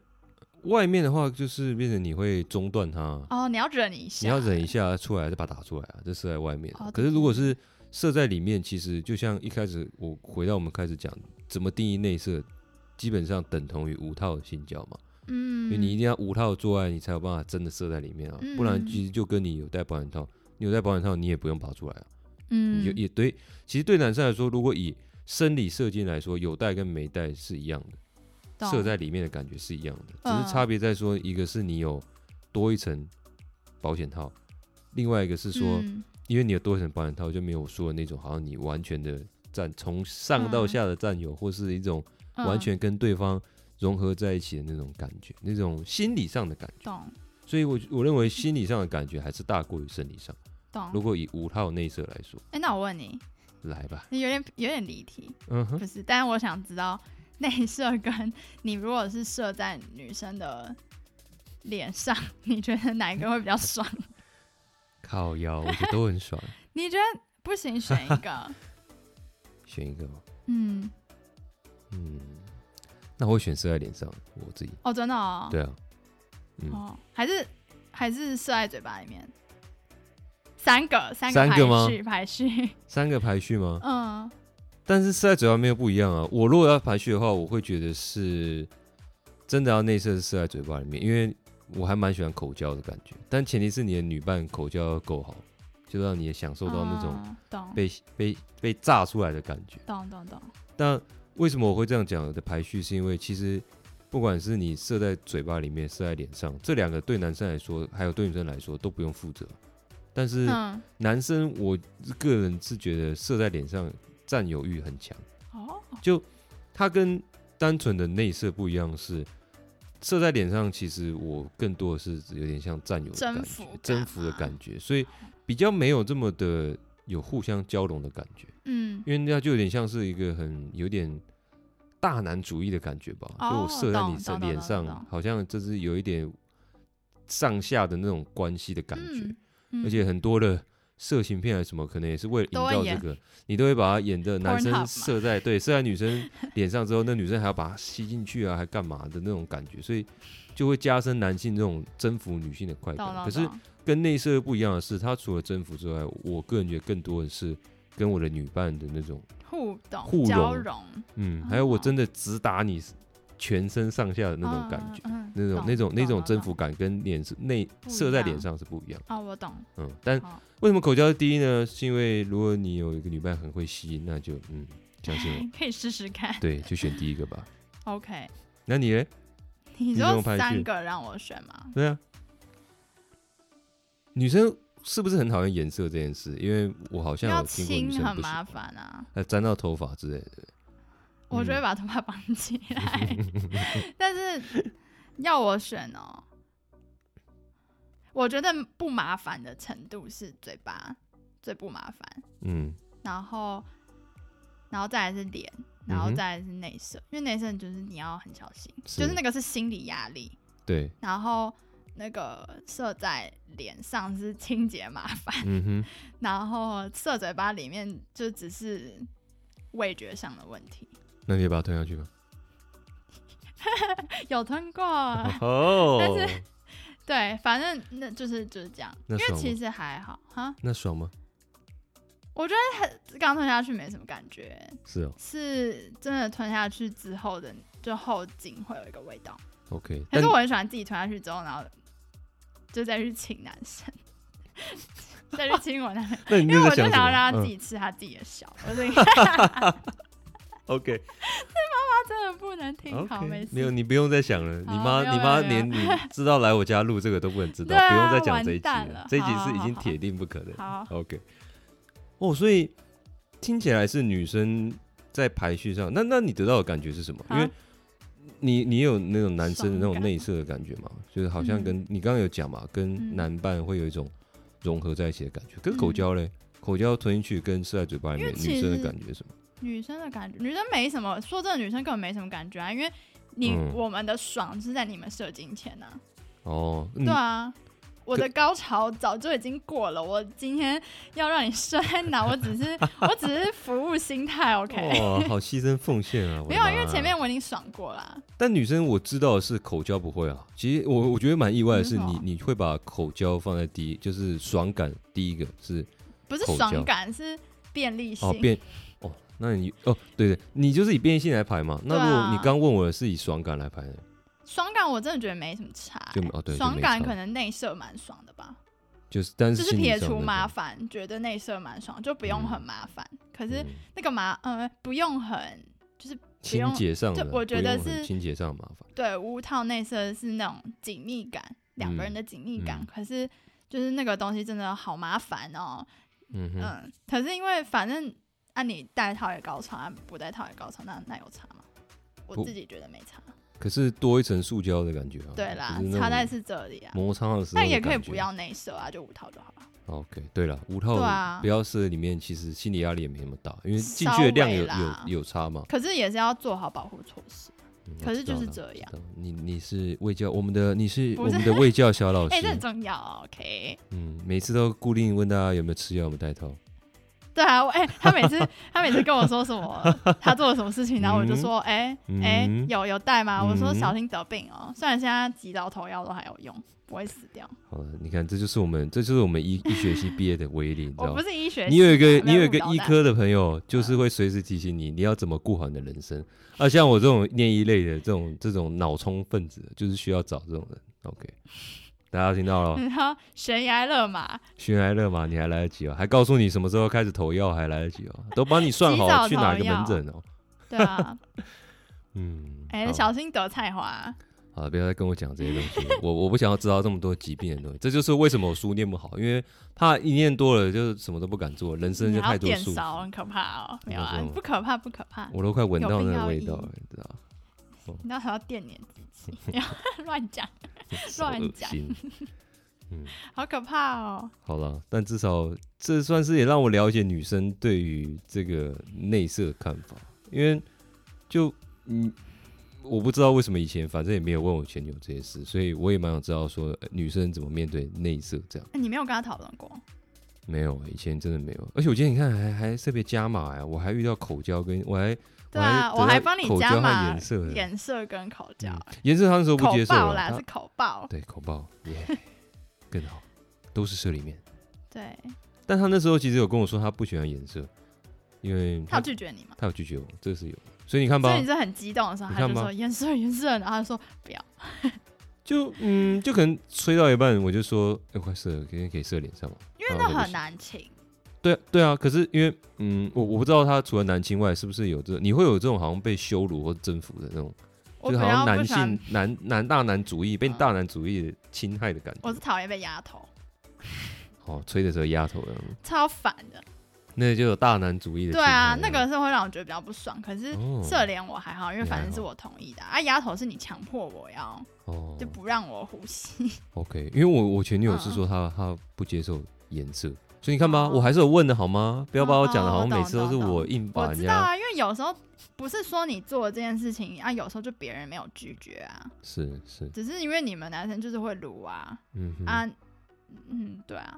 Speaker 1: 外面的话，就是变成你会中断它。
Speaker 2: 哦，你要忍一下，
Speaker 1: 你要忍一下，出来再把它打出来啊，这射在外面啊、
Speaker 2: 哦
Speaker 1: 可是如果是射在里面，其实就像一开始我回到我们开始讲怎么定义内射，基本上等同于无套的性交嘛，因为
Speaker 2: 嗯，
Speaker 1: 你一定要无套做爱，你才有办法真的射在里面啊，不然
Speaker 2: 嗯
Speaker 1: 其实就跟你有戴保险套，你有戴保险套你也不用拔出来啊，
Speaker 2: 嗯
Speaker 1: 你就也对。其实对男生来说，如果以生理射精来说，有戴跟没戴是一样的。
Speaker 2: 懂
Speaker 1: 射在里面的感觉是一样的，
Speaker 2: 嗯
Speaker 1: 只是差别在说，一个是你有多一层保险套，另外一个是说，
Speaker 2: 嗯
Speaker 1: 因为你有多一层保险套，就没有我说的那种好像你完全的占从上到下的占有，或是一种
Speaker 2: 嗯
Speaker 1: 完全跟对方融合在一起的那种感觉，那种心理上的感觉。
Speaker 2: 懂
Speaker 1: 所以我，我认为心理上的感觉还是大过于生理上。如
Speaker 2: 懂。
Speaker 1: 果以无套内射来说，
Speaker 2: 哎、那我问你，
Speaker 1: 来吧，
Speaker 2: 有点有点离题，
Speaker 1: 嗯哼，
Speaker 2: 不是，但是我想知道 内射跟你如果是射在女生的脸上，你觉得哪一个会比 较爽？
Speaker 1: 靠腰，我觉得都很爽，
Speaker 2: 你觉得不行，选一 个。
Speaker 1: 选一个吧。
Speaker 2: 嗯，
Speaker 1: 嗯，那我会选射在脸上，我自己。
Speaker 2: 哦，真的哦。
Speaker 1: 对啊，嗯，
Speaker 2: 哦，还是还是射在嘴巴里面。三个，三
Speaker 1: 三
Speaker 2: 排
Speaker 1: 个吗
Speaker 2: 序 排序。
Speaker 1: 三个排序吗？
Speaker 2: 嗯，
Speaker 1: 但是射在嘴巴没有不一样啊。我如果要排序的话，我会觉得是真的要内射是射在嘴巴里面，因为我还蛮喜欢口交的感觉，但前提是你的女伴口交要够好，就让你也享受到那种
Speaker 2: 嗯懂
Speaker 1: 被、被被炸出来的感觉。
Speaker 2: 懂懂懂。
Speaker 1: 但为什么我会这样讲的排序，是因为其实不管是你射在嘴巴里面、射在脸上，这两个对男生来说，还有对女生来说都不用负责。但是
Speaker 2: 嗯，
Speaker 1: 男生，我个人是觉得射在脸上占有欲很强，
Speaker 2: 哦，
Speaker 1: 就它跟单纯的内射不一样是，射在脸上，其实我更多的是有点像占有的感觉
Speaker 2: 征服感
Speaker 1: 征服的
Speaker 2: 吗
Speaker 1: 感觉，所以嗯比较没有这么的有互相交融的感觉。
Speaker 2: 嗯，
Speaker 1: 因为那就有点像是一个很有点大男主义的感觉吧，
Speaker 2: 哦
Speaker 1: 就我射在你
Speaker 2: 懂
Speaker 1: 身
Speaker 2: 懂
Speaker 1: 脸
Speaker 2: 懂懂
Speaker 1: 上
Speaker 2: 懂，
Speaker 1: 好像就是有一点上下的那种关系的感觉，
Speaker 2: 嗯嗯
Speaker 1: 而且很多的。色情片还啊是什么，可能也是为了营
Speaker 2: 都会
Speaker 1: 造这
Speaker 2: 演
Speaker 1: 个，你都会把它演的男
Speaker 2: Pornhub
Speaker 1: 生
Speaker 2: 嘛
Speaker 1: 射在对射在女生脸上之后，那女生还要把它吸进去啊，还干嘛的那种感觉，所以就会加深男性这种征服女性的快
Speaker 2: 懂
Speaker 1: 感。
Speaker 2: 懂
Speaker 1: 可是
Speaker 2: 懂
Speaker 1: 跟内射不一样的是，它除了征服之外，我个人觉得更多的是跟我的女伴的那种，
Speaker 2: 互动
Speaker 1: 互
Speaker 2: 交
Speaker 1: 融
Speaker 2: 融
Speaker 1: 嗯，
Speaker 2: 哦
Speaker 1: 还有我真的直打你全身上下的那种感觉，
Speaker 2: 嗯嗯嗯
Speaker 1: 那种
Speaker 2: 懂
Speaker 1: 那种那
Speaker 2: 懂
Speaker 1: 种
Speaker 2: 懂
Speaker 1: 征服感跟脸是内
Speaker 2: 不一
Speaker 1: 射在脸
Speaker 2: 样
Speaker 1: 上是不一样，
Speaker 2: 哦，我懂。
Speaker 1: 嗯，但
Speaker 2: 好
Speaker 1: 为什么口交是第一呢？是因为如果你有一个女伴很会吸引，那就嗯，相信 我，
Speaker 2: 可以试试看。
Speaker 1: 对，就选第一个吧。
Speaker 2: OK，
Speaker 1: 那你呢？
Speaker 2: 你
Speaker 1: 你怎
Speaker 2: 说
Speaker 1: 么排序
Speaker 2: 三个让我选吗？
Speaker 1: 对啊，女生是不是很讨厌颜色这件事？因为我好像
Speaker 2: 要
Speaker 1: 有听过女
Speaker 2: 亲
Speaker 1: 生
Speaker 2: 很
Speaker 1: 不喜
Speaker 2: 麻
Speaker 1: 欢，
Speaker 2: 烦啊，
Speaker 1: 还沾到头发之类的。
Speaker 2: 我
Speaker 1: 嗯
Speaker 2: 就会把头发绑起来。 但是要我选哦，我觉得不麻烦的程度是嘴巴最不麻烦，
Speaker 1: 嗯，
Speaker 2: 然后然后再来是脸，然后
Speaker 1: 嗯哼
Speaker 2: 再来是内射，因为内射就是你要很小心，
Speaker 1: 是
Speaker 2: 就是那个是心理压力，
Speaker 1: 对，
Speaker 2: 然后那个射在脸上是清洁麻烦。
Speaker 1: 嗯哼，
Speaker 2: 然后射嘴巴里面就只是味觉上的问题，
Speaker 1: 那你也把它吞下去吧。
Speaker 2: 有吞过，
Speaker 1: 哦，
Speaker 2: 啊但对，反正那就是就是这样，
Speaker 1: 那
Speaker 2: 因为
Speaker 1: 爽
Speaker 2: 其
Speaker 1: 吗？
Speaker 2: 实还好哈，
Speaker 1: 那爽吗？
Speaker 2: 我觉得很刚吞下去没什么感觉，
Speaker 1: 是哦
Speaker 2: 是真的吞下去之后的就后颈会有一个味道，
Speaker 1: ，OK。
Speaker 2: 可
Speaker 1: 但
Speaker 2: 是我很喜欢自己吞下去之后，然后就再去请男生。再去亲我男生，
Speaker 1: 那你
Speaker 2: 因为
Speaker 1: 那
Speaker 2: 我
Speaker 1: 在
Speaker 2: 就
Speaker 1: 想
Speaker 2: 想
Speaker 1: 什
Speaker 2: 要
Speaker 1: 么？
Speaker 2: 让他
Speaker 1: 嗯
Speaker 2: 自己吃他自己的小，我这个
Speaker 1: OK
Speaker 2: 他真的不能听，好没
Speaker 1: OK，
Speaker 2: 事。
Speaker 1: 没有，你不用再想了。你
Speaker 2: 好
Speaker 1: 妈，
Speaker 2: 没有
Speaker 1: 你妈
Speaker 2: 没有
Speaker 1: 连你知道来我家录这个都不能知 道
Speaker 2: 对，啊
Speaker 1: 不用再讲这一集
Speaker 2: 完蛋了
Speaker 1: 这一集
Speaker 2: 好
Speaker 1: 是已
Speaker 2: 好
Speaker 1: 经
Speaker 2: 好
Speaker 1: 铁定不可能。
Speaker 2: 好，
Speaker 1: OK，哦，所以听起来是女生在排序上，那那你得到的感觉是什么？因
Speaker 2: 啊
Speaker 1: 为你你有那种男生的那种
Speaker 2: 爽感
Speaker 1: 内射的感觉嘛，就是好像跟、你刚刚有讲嘛，跟
Speaker 2: 嗯
Speaker 1: 男伴会有一种融合在一起的感觉。可是口
Speaker 2: 嗯
Speaker 1: 交嘞，口交吞进去跟射在嘴巴里
Speaker 2: 因为
Speaker 1: 面，
Speaker 2: 其
Speaker 1: 女生的
Speaker 2: 实
Speaker 1: 感觉是什么？
Speaker 2: 女生的感觉，女生没什么，说真的，女生根本没什么感觉啊，因为你、
Speaker 1: 嗯
Speaker 2: 我们的爽是在你们射精前啊，
Speaker 1: 哦，嗯
Speaker 2: 对啊。我的高潮早就已经过了，我今天要让你射在 哪？我只是我只是服务心态，OK？
Speaker 1: 哇、好牺牲奉献哦啊！我的
Speaker 2: 没有啊，因为
Speaker 1: 妈
Speaker 2: 前面我已经爽过啊啦。
Speaker 1: 但女生我知道的是口交不会啊。其实我我觉得蛮意外的是
Speaker 2: 嗯
Speaker 1: 你，
Speaker 2: 哦
Speaker 1: 你会把口交放在第一，就是爽感第一个是
Speaker 2: 不是
Speaker 1: 口交
Speaker 2: 爽感，是便利性。
Speaker 1: 哦变哦，那你哦对对，你就是以便利性来排嘛。那如
Speaker 2: 对
Speaker 1: 果
Speaker 2: 啊
Speaker 1: 你刚问我的是以爽感来排的，
Speaker 2: 爽感我真的觉得没什么差、
Speaker 1: 就哦对就没
Speaker 2: 爽感
Speaker 1: 差
Speaker 2: 可能内射蛮爽的吧，
Speaker 1: 就是但
Speaker 2: 就是
Speaker 1: 心理
Speaker 2: 撇
Speaker 1: 上
Speaker 2: 除
Speaker 1: 的
Speaker 2: 麻
Speaker 1: 对
Speaker 2: 烦，觉得内射蛮爽，就不用很麻烦。可是
Speaker 1: 嗯
Speaker 2: 那个麻，呃，不用很，就是
Speaker 1: 清
Speaker 2: 用
Speaker 1: 洁上
Speaker 2: 就
Speaker 1: 的，
Speaker 2: 我觉
Speaker 1: 不
Speaker 2: 得
Speaker 1: 用很
Speaker 2: 是
Speaker 1: 清洁上的麻烦。
Speaker 2: 对无套内射是那种紧密感，两个
Speaker 1: 嗯
Speaker 2: 人的紧密感。
Speaker 1: 嗯
Speaker 2: 可是就是那个东西真的好麻烦哦，
Speaker 1: 嗯哼，
Speaker 2: 嗯。可是因为反正按、你戴套也高潮，啊、不戴套也高潮，那那有差吗？我
Speaker 1: 不
Speaker 2: 自己觉得没差。
Speaker 1: 可是多一层塑胶的感觉啊。
Speaker 2: 对啦
Speaker 1: 就是，那
Speaker 2: 差在
Speaker 1: 种
Speaker 2: 是这里啊。
Speaker 1: 摩擦的时候的感觉，
Speaker 2: 但也可以不要内射啊，就无套就好了。
Speaker 1: OK，对了，五套
Speaker 2: 对啊
Speaker 1: 不要射里面，其实心理压力也没那么大，因为进
Speaker 2: 稍
Speaker 1: 去的量
Speaker 2: 微
Speaker 1: 有
Speaker 2: 啦
Speaker 1: 有有差嘛。
Speaker 2: 可是也是要做好保护措施。
Speaker 1: 嗯
Speaker 2: 可
Speaker 1: 我
Speaker 2: 是
Speaker 1: 知道
Speaker 2: 就是
Speaker 1: 啦
Speaker 2: 这
Speaker 1: 我知
Speaker 2: 样
Speaker 1: 道你你是卫教，我们的你是
Speaker 2: 不
Speaker 1: 我
Speaker 2: 是
Speaker 1: 们的卫教小 老师
Speaker 2: 哎、，这很重要哦。OK，
Speaker 1: 嗯，每次都固定问大家有没有吃药，有没有带套。
Speaker 2: 对啊，我哎、他每次他每次跟我说什么，他做了什么事情，然后我就
Speaker 1: 嗯
Speaker 2: 说，哎、
Speaker 1: 嗯
Speaker 2: 哎、有有带吗？我说
Speaker 1: 嗯
Speaker 2: 小心得病哦。虽然现在挤到头药都还有用，不会死掉。
Speaker 1: 好了，你看，这就是我们这就是我 们一一学期毕业的威力，你知
Speaker 2: 我
Speaker 1: 道
Speaker 2: 不
Speaker 1: 吗？
Speaker 2: 是医学系啊，
Speaker 1: 哦你有一个
Speaker 2: 没
Speaker 1: 你有一个
Speaker 2: 误导
Speaker 1: 医
Speaker 2: 大家，
Speaker 1: 科的朋友，就是
Speaker 2: 嗯
Speaker 1: 会随时提醒你你要怎么顾好你的人生。啊，像我这种念医类的这种这种脑充分子，就是需要找这种人。OK，大家听到了吗？
Speaker 2: 然后悬崖勒马，
Speaker 1: 悬崖勒马，你还来得及哦，还告诉你什么时候开始投药，还来得及哦，都帮你算
Speaker 2: 及早
Speaker 1: 好
Speaker 2: 投
Speaker 1: 去哪个
Speaker 2: 药
Speaker 1: 门诊哦。
Speaker 2: 对啊，
Speaker 1: 嗯，
Speaker 2: 哎、
Speaker 1: 好
Speaker 2: 小心得菜花、
Speaker 1: 好，不要再跟我讲这些东西 了，我我不想要知道这么多疾病的东西。这就是为什么我书念不好，因为怕一念多了就是什么都不敢做，人生
Speaker 2: 你
Speaker 1: 就
Speaker 2: 还
Speaker 1: 太
Speaker 2: 要
Speaker 1: 多
Speaker 2: 电
Speaker 1: 束
Speaker 2: 烧，
Speaker 1: 缚，
Speaker 2: 很可怕哦。没有
Speaker 1: 没
Speaker 2: 啊
Speaker 1: 有没，有
Speaker 2: 不可怕，不可怕。
Speaker 1: 我都快闻
Speaker 2: 有
Speaker 1: 到
Speaker 2: 必
Speaker 1: 那
Speaker 2: 要
Speaker 1: 个味
Speaker 2: 意
Speaker 1: 道了，你知道吗？
Speaker 2: 你到时候要电你自己，不要 乱讲，
Speaker 1: 好
Speaker 2: 乱
Speaker 1: 恶
Speaker 2: 讲
Speaker 1: 心。嗯，
Speaker 2: 好可怕哦。
Speaker 1: 好了，但至少这算是也让我了解女生对于这个内射的看法，因为就嗯，我不知道为什么以前反正也没有问我前女友这些事，所以我也蛮想知道说、呃女生怎么面对内射这样。
Speaker 2: 哎你没有跟他讨论过？
Speaker 1: 没有，以前真的没有。而且我今天你看还还特别加码呀、我还遇到口交跟我还
Speaker 2: 对啊，
Speaker 1: 我
Speaker 2: 我
Speaker 1: 还得
Speaker 2: 还
Speaker 1: 到
Speaker 2: 帮你
Speaker 1: 口
Speaker 2: 加
Speaker 1: 交和
Speaker 2: 码
Speaker 1: 颜色的
Speaker 2: 颜色跟口交，
Speaker 1: 嗯颜色，他那时候不
Speaker 2: 口
Speaker 1: 接受
Speaker 2: 爆
Speaker 1: 了，
Speaker 2: 啦，
Speaker 1: 他
Speaker 2: 是口爆。
Speaker 1: 对口爆耶 更好，都是射里面。
Speaker 2: 对，
Speaker 1: 但他那时候其实有跟我说他不喜欢颜色，因为
Speaker 2: 他有拒绝你嘛？
Speaker 1: 他有拒绝我，这个是有的。所以你看吧
Speaker 2: 所以，你是很激动的时候，
Speaker 1: 你
Speaker 2: 他
Speaker 1: 看
Speaker 2: 就
Speaker 1: 吧
Speaker 2: 说颜色颜色，然后他说不要。
Speaker 1: 就嗯，就可能吹到一半，我就说，哎、快射了，可以可以射脸上吗？因为
Speaker 2: 那很。难请，
Speaker 1: 对对啊，可是因为嗯，我我不知道他除了男青外，是不是有这你会有这种好像被羞辱或征服的那种，
Speaker 2: 我
Speaker 1: 就
Speaker 2: 比
Speaker 1: 是好像
Speaker 2: 较不
Speaker 1: 男
Speaker 2: 喜欢
Speaker 1: 性，男男大男主义被
Speaker 2: 嗯
Speaker 1: 大男主义的侵害的感
Speaker 2: 我
Speaker 1: 觉
Speaker 2: 是。讨厌被压头，
Speaker 1: 哦，吹的时候压头的，
Speaker 2: 超烦的。
Speaker 1: 那就有大男主义的。
Speaker 2: 对啊，那个是会让我觉得比较不爽。可是
Speaker 1: 哦
Speaker 2: 射脸我还好，因为
Speaker 1: 你还
Speaker 2: 反正是
Speaker 1: 好
Speaker 2: 我同意的啊。压头是你强迫我要，
Speaker 1: 哦
Speaker 2: 就不让我呼吸。
Speaker 1: OK，因为我我前女
Speaker 2: 嗯
Speaker 1: 友是说她她不接受颜色，所以你看
Speaker 2: 哦
Speaker 1: 吧，我还是有问的好吗？不要
Speaker 2: 嗯
Speaker 1: 把我讲的好像每次都是我硬把
Speaker 2: 我
Speaker 1: 人
Speaker 2: 知道
Speaker 1: 家
Speaker 2: 啊，因为有时候不是说你做这件事情啊，有时候就别人没有拒绝啊，
Speaker 1: 是是
Speaker 2: 只是因为你们男生就是会撸啊、
Speaker 1: 嗯哼
Speaker 2: 啊，嗯，对啊，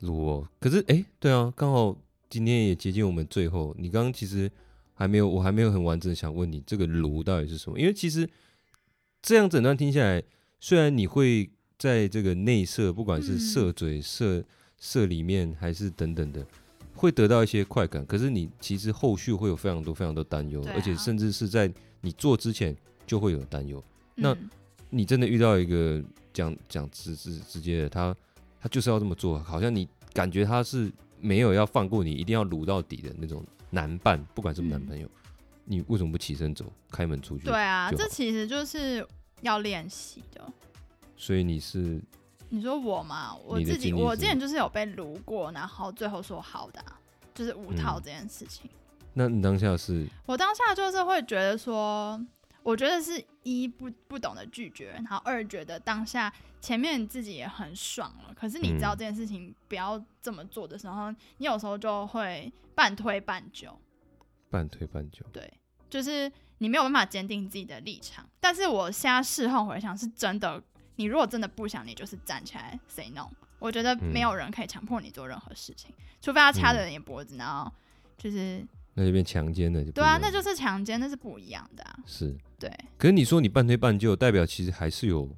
Speaker 1: 鲁哦，可是哎、诶对啊，刚好今天也接近我们最后，你刚刚其实还没有，我还没有很完整地想问你这个炉到底是什么，因为其实这样整段听下来，虽然你会在这个内射，不管是
Speaker 2: 嗯
Speaker 1: 射嘴、射射里面还是等等的，会得到一些快感，可是你其实后续会有非常多非常多担忧，
Speaker 2: 对啊
Speaker 1: 而且甚至是在你做之前就会有担忧。那
Speaker 2: 嗯、
Speaker 1: 你真的遇到一个讲讲直直直接的，他他就是要这么做，好像你感觉他是没有要放过你，一定要撸到底的那种男伴，不管是不是男朋友，你为什么不起身走，开门出去？
Speaker 2: 嗯对，啊，
Speaker 1: 就好
Speaker 2: 这其实就是要练习的。
Speaker 1: 所以你是
Speaker 2: 你说我嘛，我
Speaker 1: 你的
Speaker 2: 自己
Speaker 1: 经历是
Speaker 2: 我之前就是有被撸过，然后最后说好的啊、就是五
Speaker 1: 嗯
Speaker 2: 套这件事情。
Speaker 1: 那你当下是
Speaker 2: 我当下就是会觉得说，我觉得是一不不懂得拒绝，然后二觉得当下前面你自己也很爽了，可是你知道
Speaker 1: 嗯
Speaker 2: 这件事情不要这么做的时候，你有时候就会半推半就，
Speaker 1: 半推半就，
Speaker 2: 对，就是你没有办法坚定自己的立场。但是我现在事后回想，是真的，你如果真的不想，你就是站起来 say no。我觉得没有人可以强迫你做任何事情，除非他掐着你的脖子，然后就是
Speaker 1: 那就变强奸了，就不
Speaker 2: 对啊，
Speaker 1: 一样
Speaker 2: 那就是强奸，那是不一样的啊。
Speaker 1: 是。
Speaker 2: 对，
Speaker 1: 可是你说你半推半就，代表其实还是有，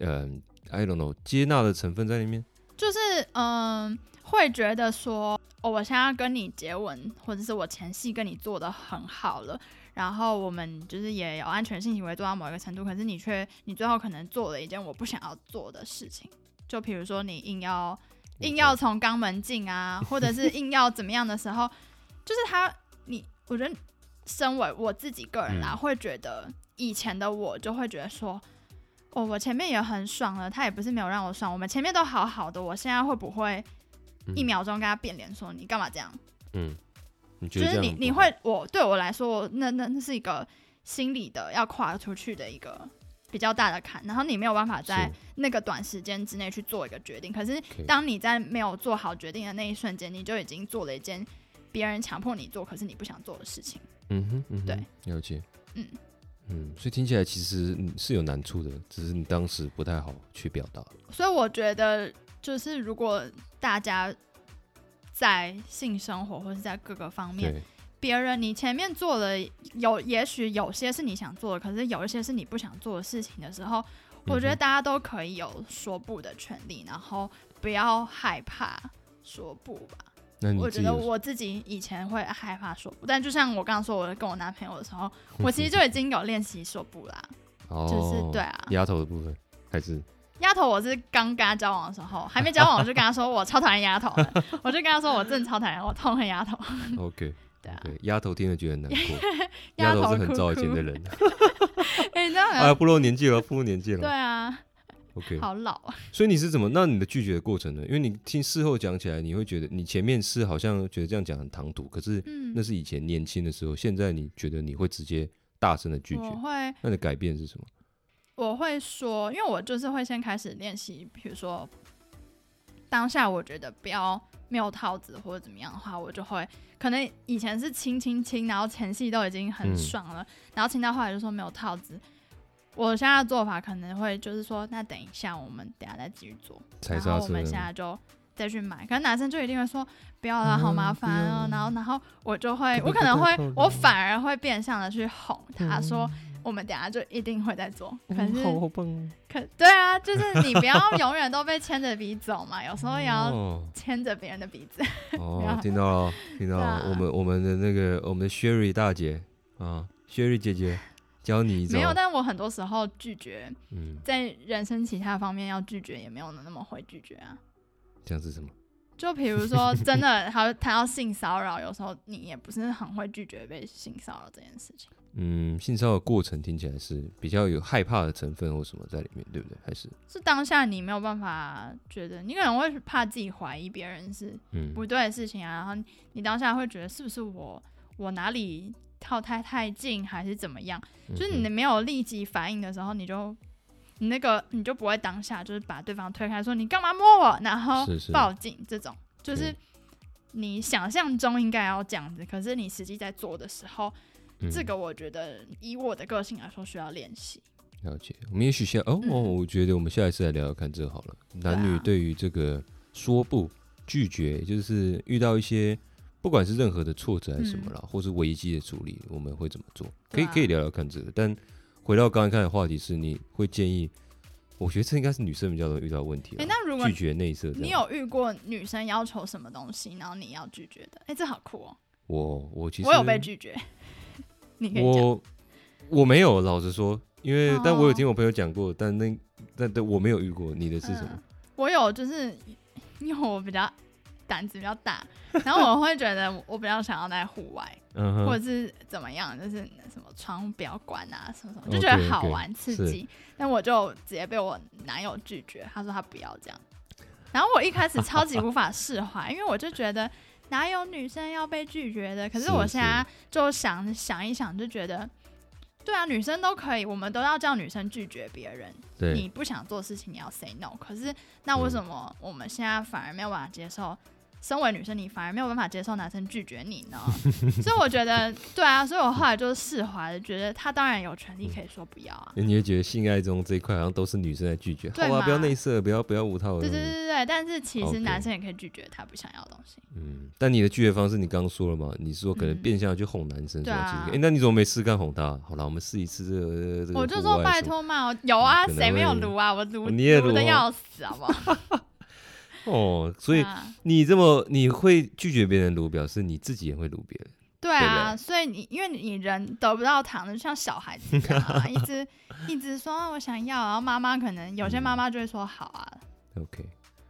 Speaker 1: 嗯、i don't know，接纳的成分在里面。
Speaker 2: 就是嗯，会觉得说，哦，我现在要跟你接吻，或者是我前戏跟你做的很好了，然后我们就是也有安全性行为做到某一个程度，可是你却你最后可能做了一件我不想要做的事情，就比如说你硬要硬要从肛门进啊，或者是硬要怎么样的时候，就是他你，我觉得身为我自己个人啦，
Speaker 1: 嗯
Speaker 2: 会觉得以前的我就会觉得说，哦，我前面也很爽了，他也不是没有让我爽，我们前面都好好的，我现在会不会
Speaker 1: 嗯
Speaker 2: 一秒钟跟他变脸说你干嘛这样？
Speaker 1: 嗯，你觉
Speaker 2: 就
Speaker 1: 得
Speaker 2: 是
Speaker 1: 这样
Speaker 2: 你
Speaker 1: 不
Speaker 2: 你
Speaker 1: 好
Speaker 2: 会我对我来说，我那那那是一个心理的要跨出去的一个比较大的坎，然后你没有办法在
Speaker 1: 是
Speaker 2: 那个短时间之内去做一个决定。可是
Speaker 1: OK
Speaker 2: 当你在没有做好决定的那一瞬间，你就已经做了一件别人强迫你做，可是你不想做的事情。
Speaker 1: 嗯哼，嗯哼
Speaker 2: 对，
Speaker 1: 了解。
Speaker 2: 嗯
Speaker 1: 嗯，所以听起来其实嗯是有难处的，只是你当时不太好去表达。
Speaker 2: 所以我觉得，就是如果大家在性生活或是在各个方面，
Speaker 1: 对，
Speaker 2: 别人你前面做了有，也许有些是你想做的，可是有一些是你不想做的事情的时候，我觉得
Speaker 1: 嗯哼
Speaker 2: 大家都可以有说不的权利，然后不要害怕说不吧。
Speaker 1: 那你
Speaker 2: 我
Speaker 1: 嗯自
Speaker 2: 觉
Speaker 1: 己
Speaker 2: 得
Speaker 1: 有
Speaker 2: 我自己以前会害怕说不，但就像我刚刚说，我跟我男朋友的时 候，我其实就已经有练习说不啦，
Speaker 1: 哦，
Speaker 2: 就是对啊。
Speaker 1: 丫头的部分还 是
Speaker 2: 丫头，我是刚跟他交往的时候，还没交往我就跟他说我超讨厌丫头 的，我就跟他说我真的超讨厌，我痛恨丫头。
Speaker 1: OK。
Speaker 2: 对啊，
Speaker 1: 对，丫头听了觉得很难 过，
Speaker 2: 丫
Speaker 1: 丫头
Speaker 2: 头
Speaker 1: 是很
Speaker 2: 哭
Speaker 1: 早以前
Speaker 2: 哭
Speaker 1: 的人，
Speaker 2: 哎、你这样很、
Speaker 1: 哎呀，步入年纪了，步入年纪
Speaker 2: 对
Speaker 1: 了。
Speaker 2: 啊，
Speaker 1: OK，
Speaker 2: 好老啊。
Speaker 1: 所以你是怎么？那你的拒绝的过程呢？因为你听事后讲起来，你会觉得你前面是好像觉得这样讲很唐突，可是
Speaker 2: 嗯，
Speaker 1: 那是以前年轻的时候，现在你觉得你会直接大声的拒
Speaker 2: 我
Speaker 1: 绝，
Speaker 2: 会
Speaker 1: 那你的改变是什么？
Speaker 2: 我会说，因为我就是会先开始练习，比如说当下我觉得不要没有套子或者怎么样的话，我就会可能以前是亲亲亲，然后前戏都已经很
Speaker 1: 嗯
Speaker 2: 爽了，然后亲到后来就说没有套子。我现在的做法可能会就是说，那等一下我们等一下再继续做，
Speaker 1: 踩
Speaker 2: 然后
Speaker 1: 刹
Speaker 2: 我
Speaker 1: 车啊
Speaker 2: 们
Speaker 1: 呢
Speaker 2: 现在就再去买。可能男生就一定会说不要啦，
Speaker 1: 嗯
Speaker 2: 好麻烦哦、
Speaker 1: 不要
Speaker 2: 然后然后我就会，
Speaker 1: 可不
Speaker 2: 我
Speaker 1: 可以
Speaker 2: 可能
Speaker 1: 不要
Speaker 2: 会
Speaker 1: 套子，
Speaker 2: 我反而会变相的去哄他说，我们等一下就一定会再做。可 是
Speaker 1: 好棒哦！
Speaker 2: 可对啊，就是你不要永远都被牵着鼻子走嘛，有时候也要
Speaker 1: 哦，
Speaker 2: 牵着别人的鼻子。
Speaker 1: 哦听到了，听到了，
Speaker 2: 对啊
Speaker 1: 我们我们的那个我们的 Sherry 大姐啊，Sherry 姐姐教你一招，
Speaker 2: 没有，但我很多时候拒绝，
Speaker 1: 嗯，
Speaker 2: 在人生其他方面要拒绝，也没有那么会拒绝啊。
Speaker 1: 这样是什么？
Speaker 2: 就比如说，真的，他谈到性骚扰，有时候你也不是很会拒绝被性骚扰这件事情。
Speaker 1: 嗯，性骚扰过程听起来是比较有害怕的成分或什么在里面，对不对？还是
Speaker 2: 是当下你没有办法觉得，你可能会怕自己怀疑别人是
Speaker 1: 嗯，
Speaker 2: 不对的事情啊，然后你你当下会觉得是不是我我哪里靠太太近还是怎么样？就是你
Speaker 1: 嗯
Speaker 2: 没有立即反应的时候，你就你那个你就不会当下就是把对方推开说你干嘛摸我，然后
Speaker 1: 是是
Speaker 2: 报警这种，就是
Speaker 1: 对
Speaker 2: 你想象中应该要这样子，可是你实际在做的时候，
Speaker 1: 嗯
Speaker 2: 这个我觉得以我的个性来说需要练习。
Speaker 1: 了解。我们也许下哦哦，
Speaker 2: 嗯
Speaker 1: 我觉得我们下一次来聊聊看这个好了。男女
Speaker 2: 啊
Speaker 1: 对于这个说不拒绝，就是遇到一些不管是任何的挫折还是什么啦，或是危机的处理，我们会怎么做？可
Speaker 2: 嗯对
Speaker 1: 以
Speaker 2: 啊
Speaker 1: 可以聊聊看这个。但回到刚才看的话题是，你会建议？我觉得这应该是女生比较容易遇到的问题啦。
Speaker 2: 诶，那如果
Speaker 1: 啊拒绝内射这样，
Speaker 2: 你有遇过女生要求什么东西，然后你要拒绝的？诶，这好酷哦！
Speaker 1: 我我其实
Speaker 2: 我有被拒绝， 你可以讲。
Speaker 1: 我我没有，老实说，因为、但我有
Speaker 2: 哦
Speaker 1: 听我朋友讲过，但那但但我没有遇过。你的是什么？
Speaker 2: 嗯我有就是 因为我比较胆子比较大，然后我会觉得我比较想要在户外，
Speaker 1: 嗯
Speaker 2: 或
Speaker 1: 哼，
Speaker 2: 者是怎么样，就是什么窗户不要关啊，什么什么，
Speaker 1: OK，
Speaker 2: 就觉得好
Speaker 1: OK，
Speaker 2: 玩刺激。但我就直接被我男友拒绝，他说他不要这样。然后我一开始超级无法释怀，因为我就觉得哪有女生要被拒绝的？可是
Speaker 1: 是
Speaker 2: 我
Speaker 1: 是
Speaker 2: 现在就想想一想，就觉得，对啊，女生都可以，我们都要叫女生拒绝别人。你
Speaker 1: 对，嗯
Speaker 2: 不想做事情，你要 say no。可是那为什么我们现在反而没有办法接受？身为女生，你反而没有办法接受男生拒绝 你呢？所以我觉得，对啊，所以我后来就释怀了，觉得他当然有权利可以说不要啊。
Speaker 1: 你会觉得性爱中这一块好像都是女生在拒绝，
Speaker 2: 对
Speaker 1: 好吧，
Speaker 2: 嘛
Speaker 1: 不要内射，不要不要无套的
Speaker 2: 对对
Speaker 1: 那
Speaker 2: 对
Speaker 1: 种，
Speaker 2: 对对，但是其实
Speaker 1: OK
Speaker 2: 男生也可以拒绝他不想要的东西。
Speaker 1: 嗯。但你的拒绝方式，你刚刚说了嘛，你是说可能
Speaker 2: 嗯
Speaker 1: 变相去哄男生说
Speaker 2: 对啊
Speaker 1: 其实，哎，那你怎么没试看哄他？好了，我们试一次这个这个，
Speaker 2: 我就说拜。托嘛，我有啊，
Speaker 1: 可能
Speaker 2: 谁没有
Speaker 1: 会
Speaker 2: 撸啊？我撸
Speaker 1: 你也
Speaker 2: 撸
Speaker 1: 撸
Speaker 2: 的
Speaker 1: 哦
Speaker 2: 要死，好不好？
Speaker 1: 哦，所 以
Speaker 2: 啊
Speaker 1: 你这么你会拒绝别人撸，表示你自己也会撸别人。
Speaker 2: 对啊，
Speaker 1: 对
Speaker 2: 所以你因为你人得不到糖的，就像小孩子一样啊一直一直说啊我想要，然后妈妈可能有些
Speaker 1: 嗯
Speaker 2: 妈妈就会说好啊，
Speaker 1: OK，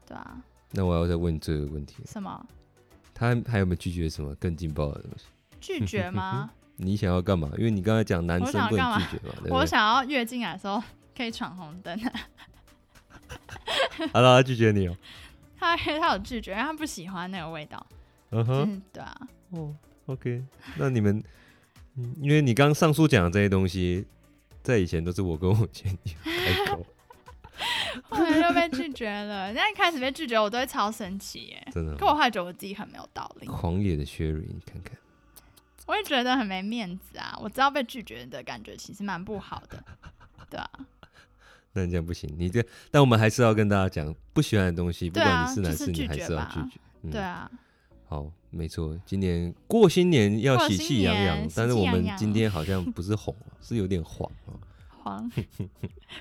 Speaker 2: 对啊，
Speaker 1: 那我要再问这个问题，
Speaker 2: 什 么
Speaker 1: 他还有没有拒绝什么更劲爆的东西？
Speaker 2: 拒绝吗？
Speaker 1: 你想要干嘛？因为你刚才讲男
Speaker 2: 我想
Speaker 1: 生不
Speaker 2: 干嘛
Speaker 1: 能拒绝嘛，对不
Speaker 2: 我
Speaker 1: 对？
Speaker 2: 想要月经来的时候可以闯红灯、 啊，
Speaker 1: 好了，他拒绝你哦。
Speaker 2: 他他有拒绝，因为他不喜欢那个味道，
Speaker 1: 嗯哼，
Speaker 2: 嗯，对啊，
Speaker 1: 哦，OK，那你们，嗯，因为你刚上述讲的这些东西，在以前都是我跟我前女友开 口，
Speaker 2: 后来就被拒绝了。那一开始被拒绝，我都会超生气耶，
Speaker 1: 真的
Speaker 2: 可我后来觉得我自己很没有道 理，
Speaker 1: 狂野的 Sherry，你看看，
Speaker 2: 我也觉得很没面子啊。我知道被拒绝的感觉其实蛮不好的，对啊，
Speaker 1: 那你这样不行，你这，但我们还是要跟大家讲，不喜欢的东西，不
Speaker 2: 对啊
Speaker 1: 管你是男是
Speaker 2: 就是拒
Speaker 1: 女，
Speaker 2: 绝
Speaker 1: 还是要
Speaker 2: 吧
Speaker 1: 拒绝。嗯
Speaker 2: 对，啊。
Speaker 1: 好，没错，今年过新年要
Speaker 2: 过
Speaker 1: 喜
Speaker 2: 新
Speaker 1: 气洋
Speaker 2: 年
Speaker 1: 洋，但是
Speaker 2: 喜气
Speaker 1: 我
Speaker 2: 洋
Speaker 1: 们
Speaker 2: 洋
Speaker 1: 今天好像不是红，是有点黄哦。
Speaker 2: 黄，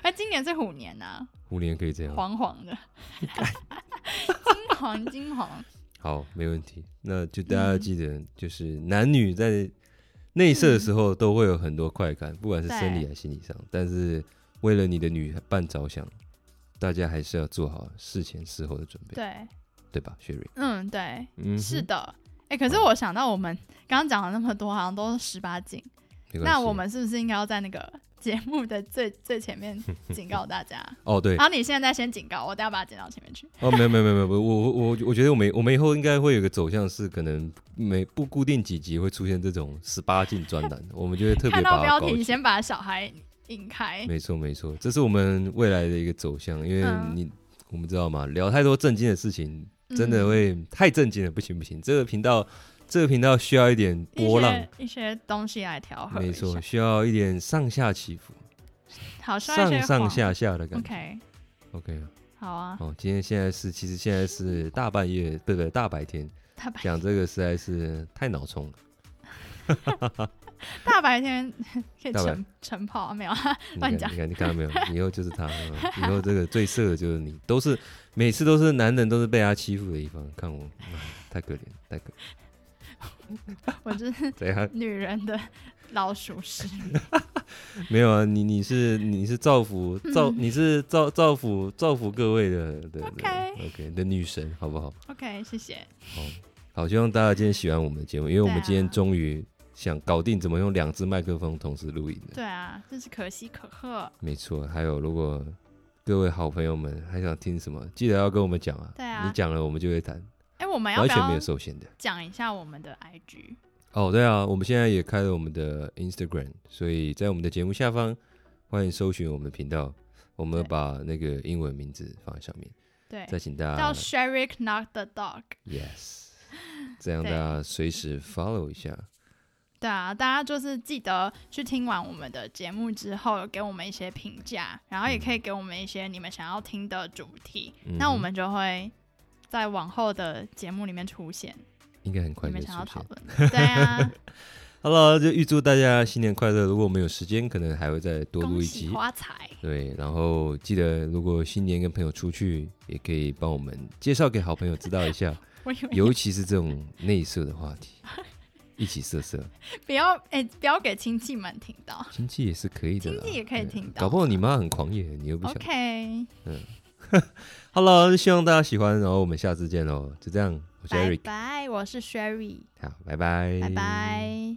Speaker 2: 哎，今年是虎年呐、
Speaker 1: 虎年可以这样，
Speaker 2: 黄黄的，金黄金黄，
Speaker 1: 好，没问题。那就大家
Speaker 2: 嗯
Speaker 1: 要记得，就是男女在内射的时候都会有很多快
Speaker 2: 嗯
Speaker 1: 感，不管是生理还是心理上。但是为了你的女伴着想，大家还是要做好事前事后的准 备，对
Speaker 2: 对，
Speaker 1: 吧，雪瑞？
Speaker 2: 嗯，对，
Speaker 1: 嗯哼，
Speaker 2: 是的。哎、可是我想到我们刚刚讲了那么多，好像都是十八禁，
Speaker 1: 没关系。
Speaker 2: 那我们是不是应该要在那个节目的最最前面警告大家？
Speaker 1: 哦， 对
Speaker 2: 好，你现在先警告我，等下把它剪到前面去。
Speaker 1: 哦，没有没有没有没有，我我我我觉得我们我们以后应该会有个走向是，可能每不固定几集会出现这种十八禁专 栏，我们就会特别
Speaker 2: 看到
Speaker 1: 把
Speaker 2: 标
Speaker 1: 它搞
Speaker 2: 题，先把小孩引开。
Speaker 1: 没错没错，这是我们未来的一个走向，因为
Speaker 2: 嗯
Speaker 1: 你、我们知道嘛，聊太多震惊的事情，真的
Speaker 2: 嗯
Speaker 1: 会太震惊了，不行不行，这个频道这个频道需要一点
Speaker 2: 一
Speaker 1: 波浪
Speaker 2: 些，一些东西来调和一
Speaker 1: 没
Speaker 2: 下，
Speaker 1: 错，需要一点上下起伏，
Speaker 2: 好，需要一
Speaker 1: 上
Speaker 2: 些
Speaker 1: 上
Speaker 2: 黄
Speaker 1: 下下的感觉。
Speaker 2: ，OK，
Speaker 1: OK，,
Speaker 2: 好啊，
Speaker 1: 好，今天现在是其实现在是大半夜，对不对？大白天
Speaker 2: 大白
Speaker 1: 讲这个实在是太脑冲了。
Speaker 2: 大白天 可以
Speaker 1: 大白
Speaker 2: 晨晨跑啊没有啊？
Speaker 1: 你
Speaker 2: 乱
Speaker 1: 看，
Speaker 2: 讲
Speaker 1: 你看，你看到没有？以后就是 他，嗯以后这个最色的就是你，都是每次都是男人都是被他欺负的一方。看我，嗯太可怜，太可怜。
Speaker 2: 我就是
Speaker 1: 怎样？
Speaker 2: 女人的老鼠屎。
Speaker 1: 没有啊，你你是你是造福
Speaker 2: 嗯
Speaker 1: 造、你是造造福造福各位的的的
Speaker 2: OK
Speaker 1: OK 的女神，好不好？
Speaker 2: OK，谢谢。
Speaker 1: 好，好，希望大家今天喜欢我们的节目，因为我们
Speaker 2: 对啊
Speaker 1: 今天终于想搞定怎么用两只麦克风同时录音了。
Speaker 2: 对啊，真是可喜可贺。
Speaker 1: 没错，还有如果各位好朋友们还想听什么，记得要跟我们讲啊。
Speaker 2: 对啊
Speaker 1: 你讲了我们就会谈，
Speaker 2: 哎，我们要
Speaker 1: 完
Speaker 2: 不
Speaker 1: 全没
Speaker 2: 要
Speaker 1: 有受限的。
Speaker 2: 讲一下我们的 IG？
Speaker 1: 哦，对啊，我们现在也开了我们的 Instagram，所以在我们的节目下方，欢迎搜寻我们的频道，我们
Speaker 2: 对
Speaker 1: 把那个英文名字放在上面，
Speaker 2: 对，
Speaker 1: 再请大
Speaker 2: 叫
Speaker 1: 家
Speaker 2: Sherry Knock the Dog。
Speaker 1: Yes，这样大
Speaker 2: 对
Speaker 1: 家随时 follow 一下。
Speaker 2: 对啊，大家就是记得去听完我们的节目之后，给我们一些评价，然后也可以给我们一些你们想要听的主题，
Speaker 1: 嗯
Speaker 2: 那我们就会在往后的节目里面出现，
Speaker 1: 应该很
Speaker 2: 你
Speaker 1: 快就
Speaker 2: 们
Speaker 1: 出
Speaker 2: 想要讨
Speaker 1: 现。
Speaker 2: 论的。对啊，
Speaker 1: 好了，就预祝大家新年快乐。如果我们有时间，可能还会再 多录
Speaker 2: 恭
Speaker 1: 一
Speaker 2: 喜
Speaker 1: 集。
Speaker 2: 发财。
Speaker 1: 对，然后记得如果新年跟朋友出去，也可以帮我们介绍给好朋友知道一 下，
Speaker 2: 我以为
Speaker 1: 尤其是这种内射的话题，一起色色。
Speaker 2: 不要哎、不要给亲戚们听到。
Speaker 1: 亲戚也是可以的啦，
Speaker 2: 亲戚也可以
Speaker 1: 嗯
Speaker 2: 听到
Speaker 1: 搞不好你妈很狂野，你又不想。
Speaker 2: OK，
Speaker 1: 好了，希望大家喜欢，然后我们下次见喽，就这样，我是
Speaker 2: 拜
Speaker 1: Eric，
Speaker 2: 拜，我是 Sherry，
Speaker 1: 好，拜拜，
Speaker 2: 拜拜。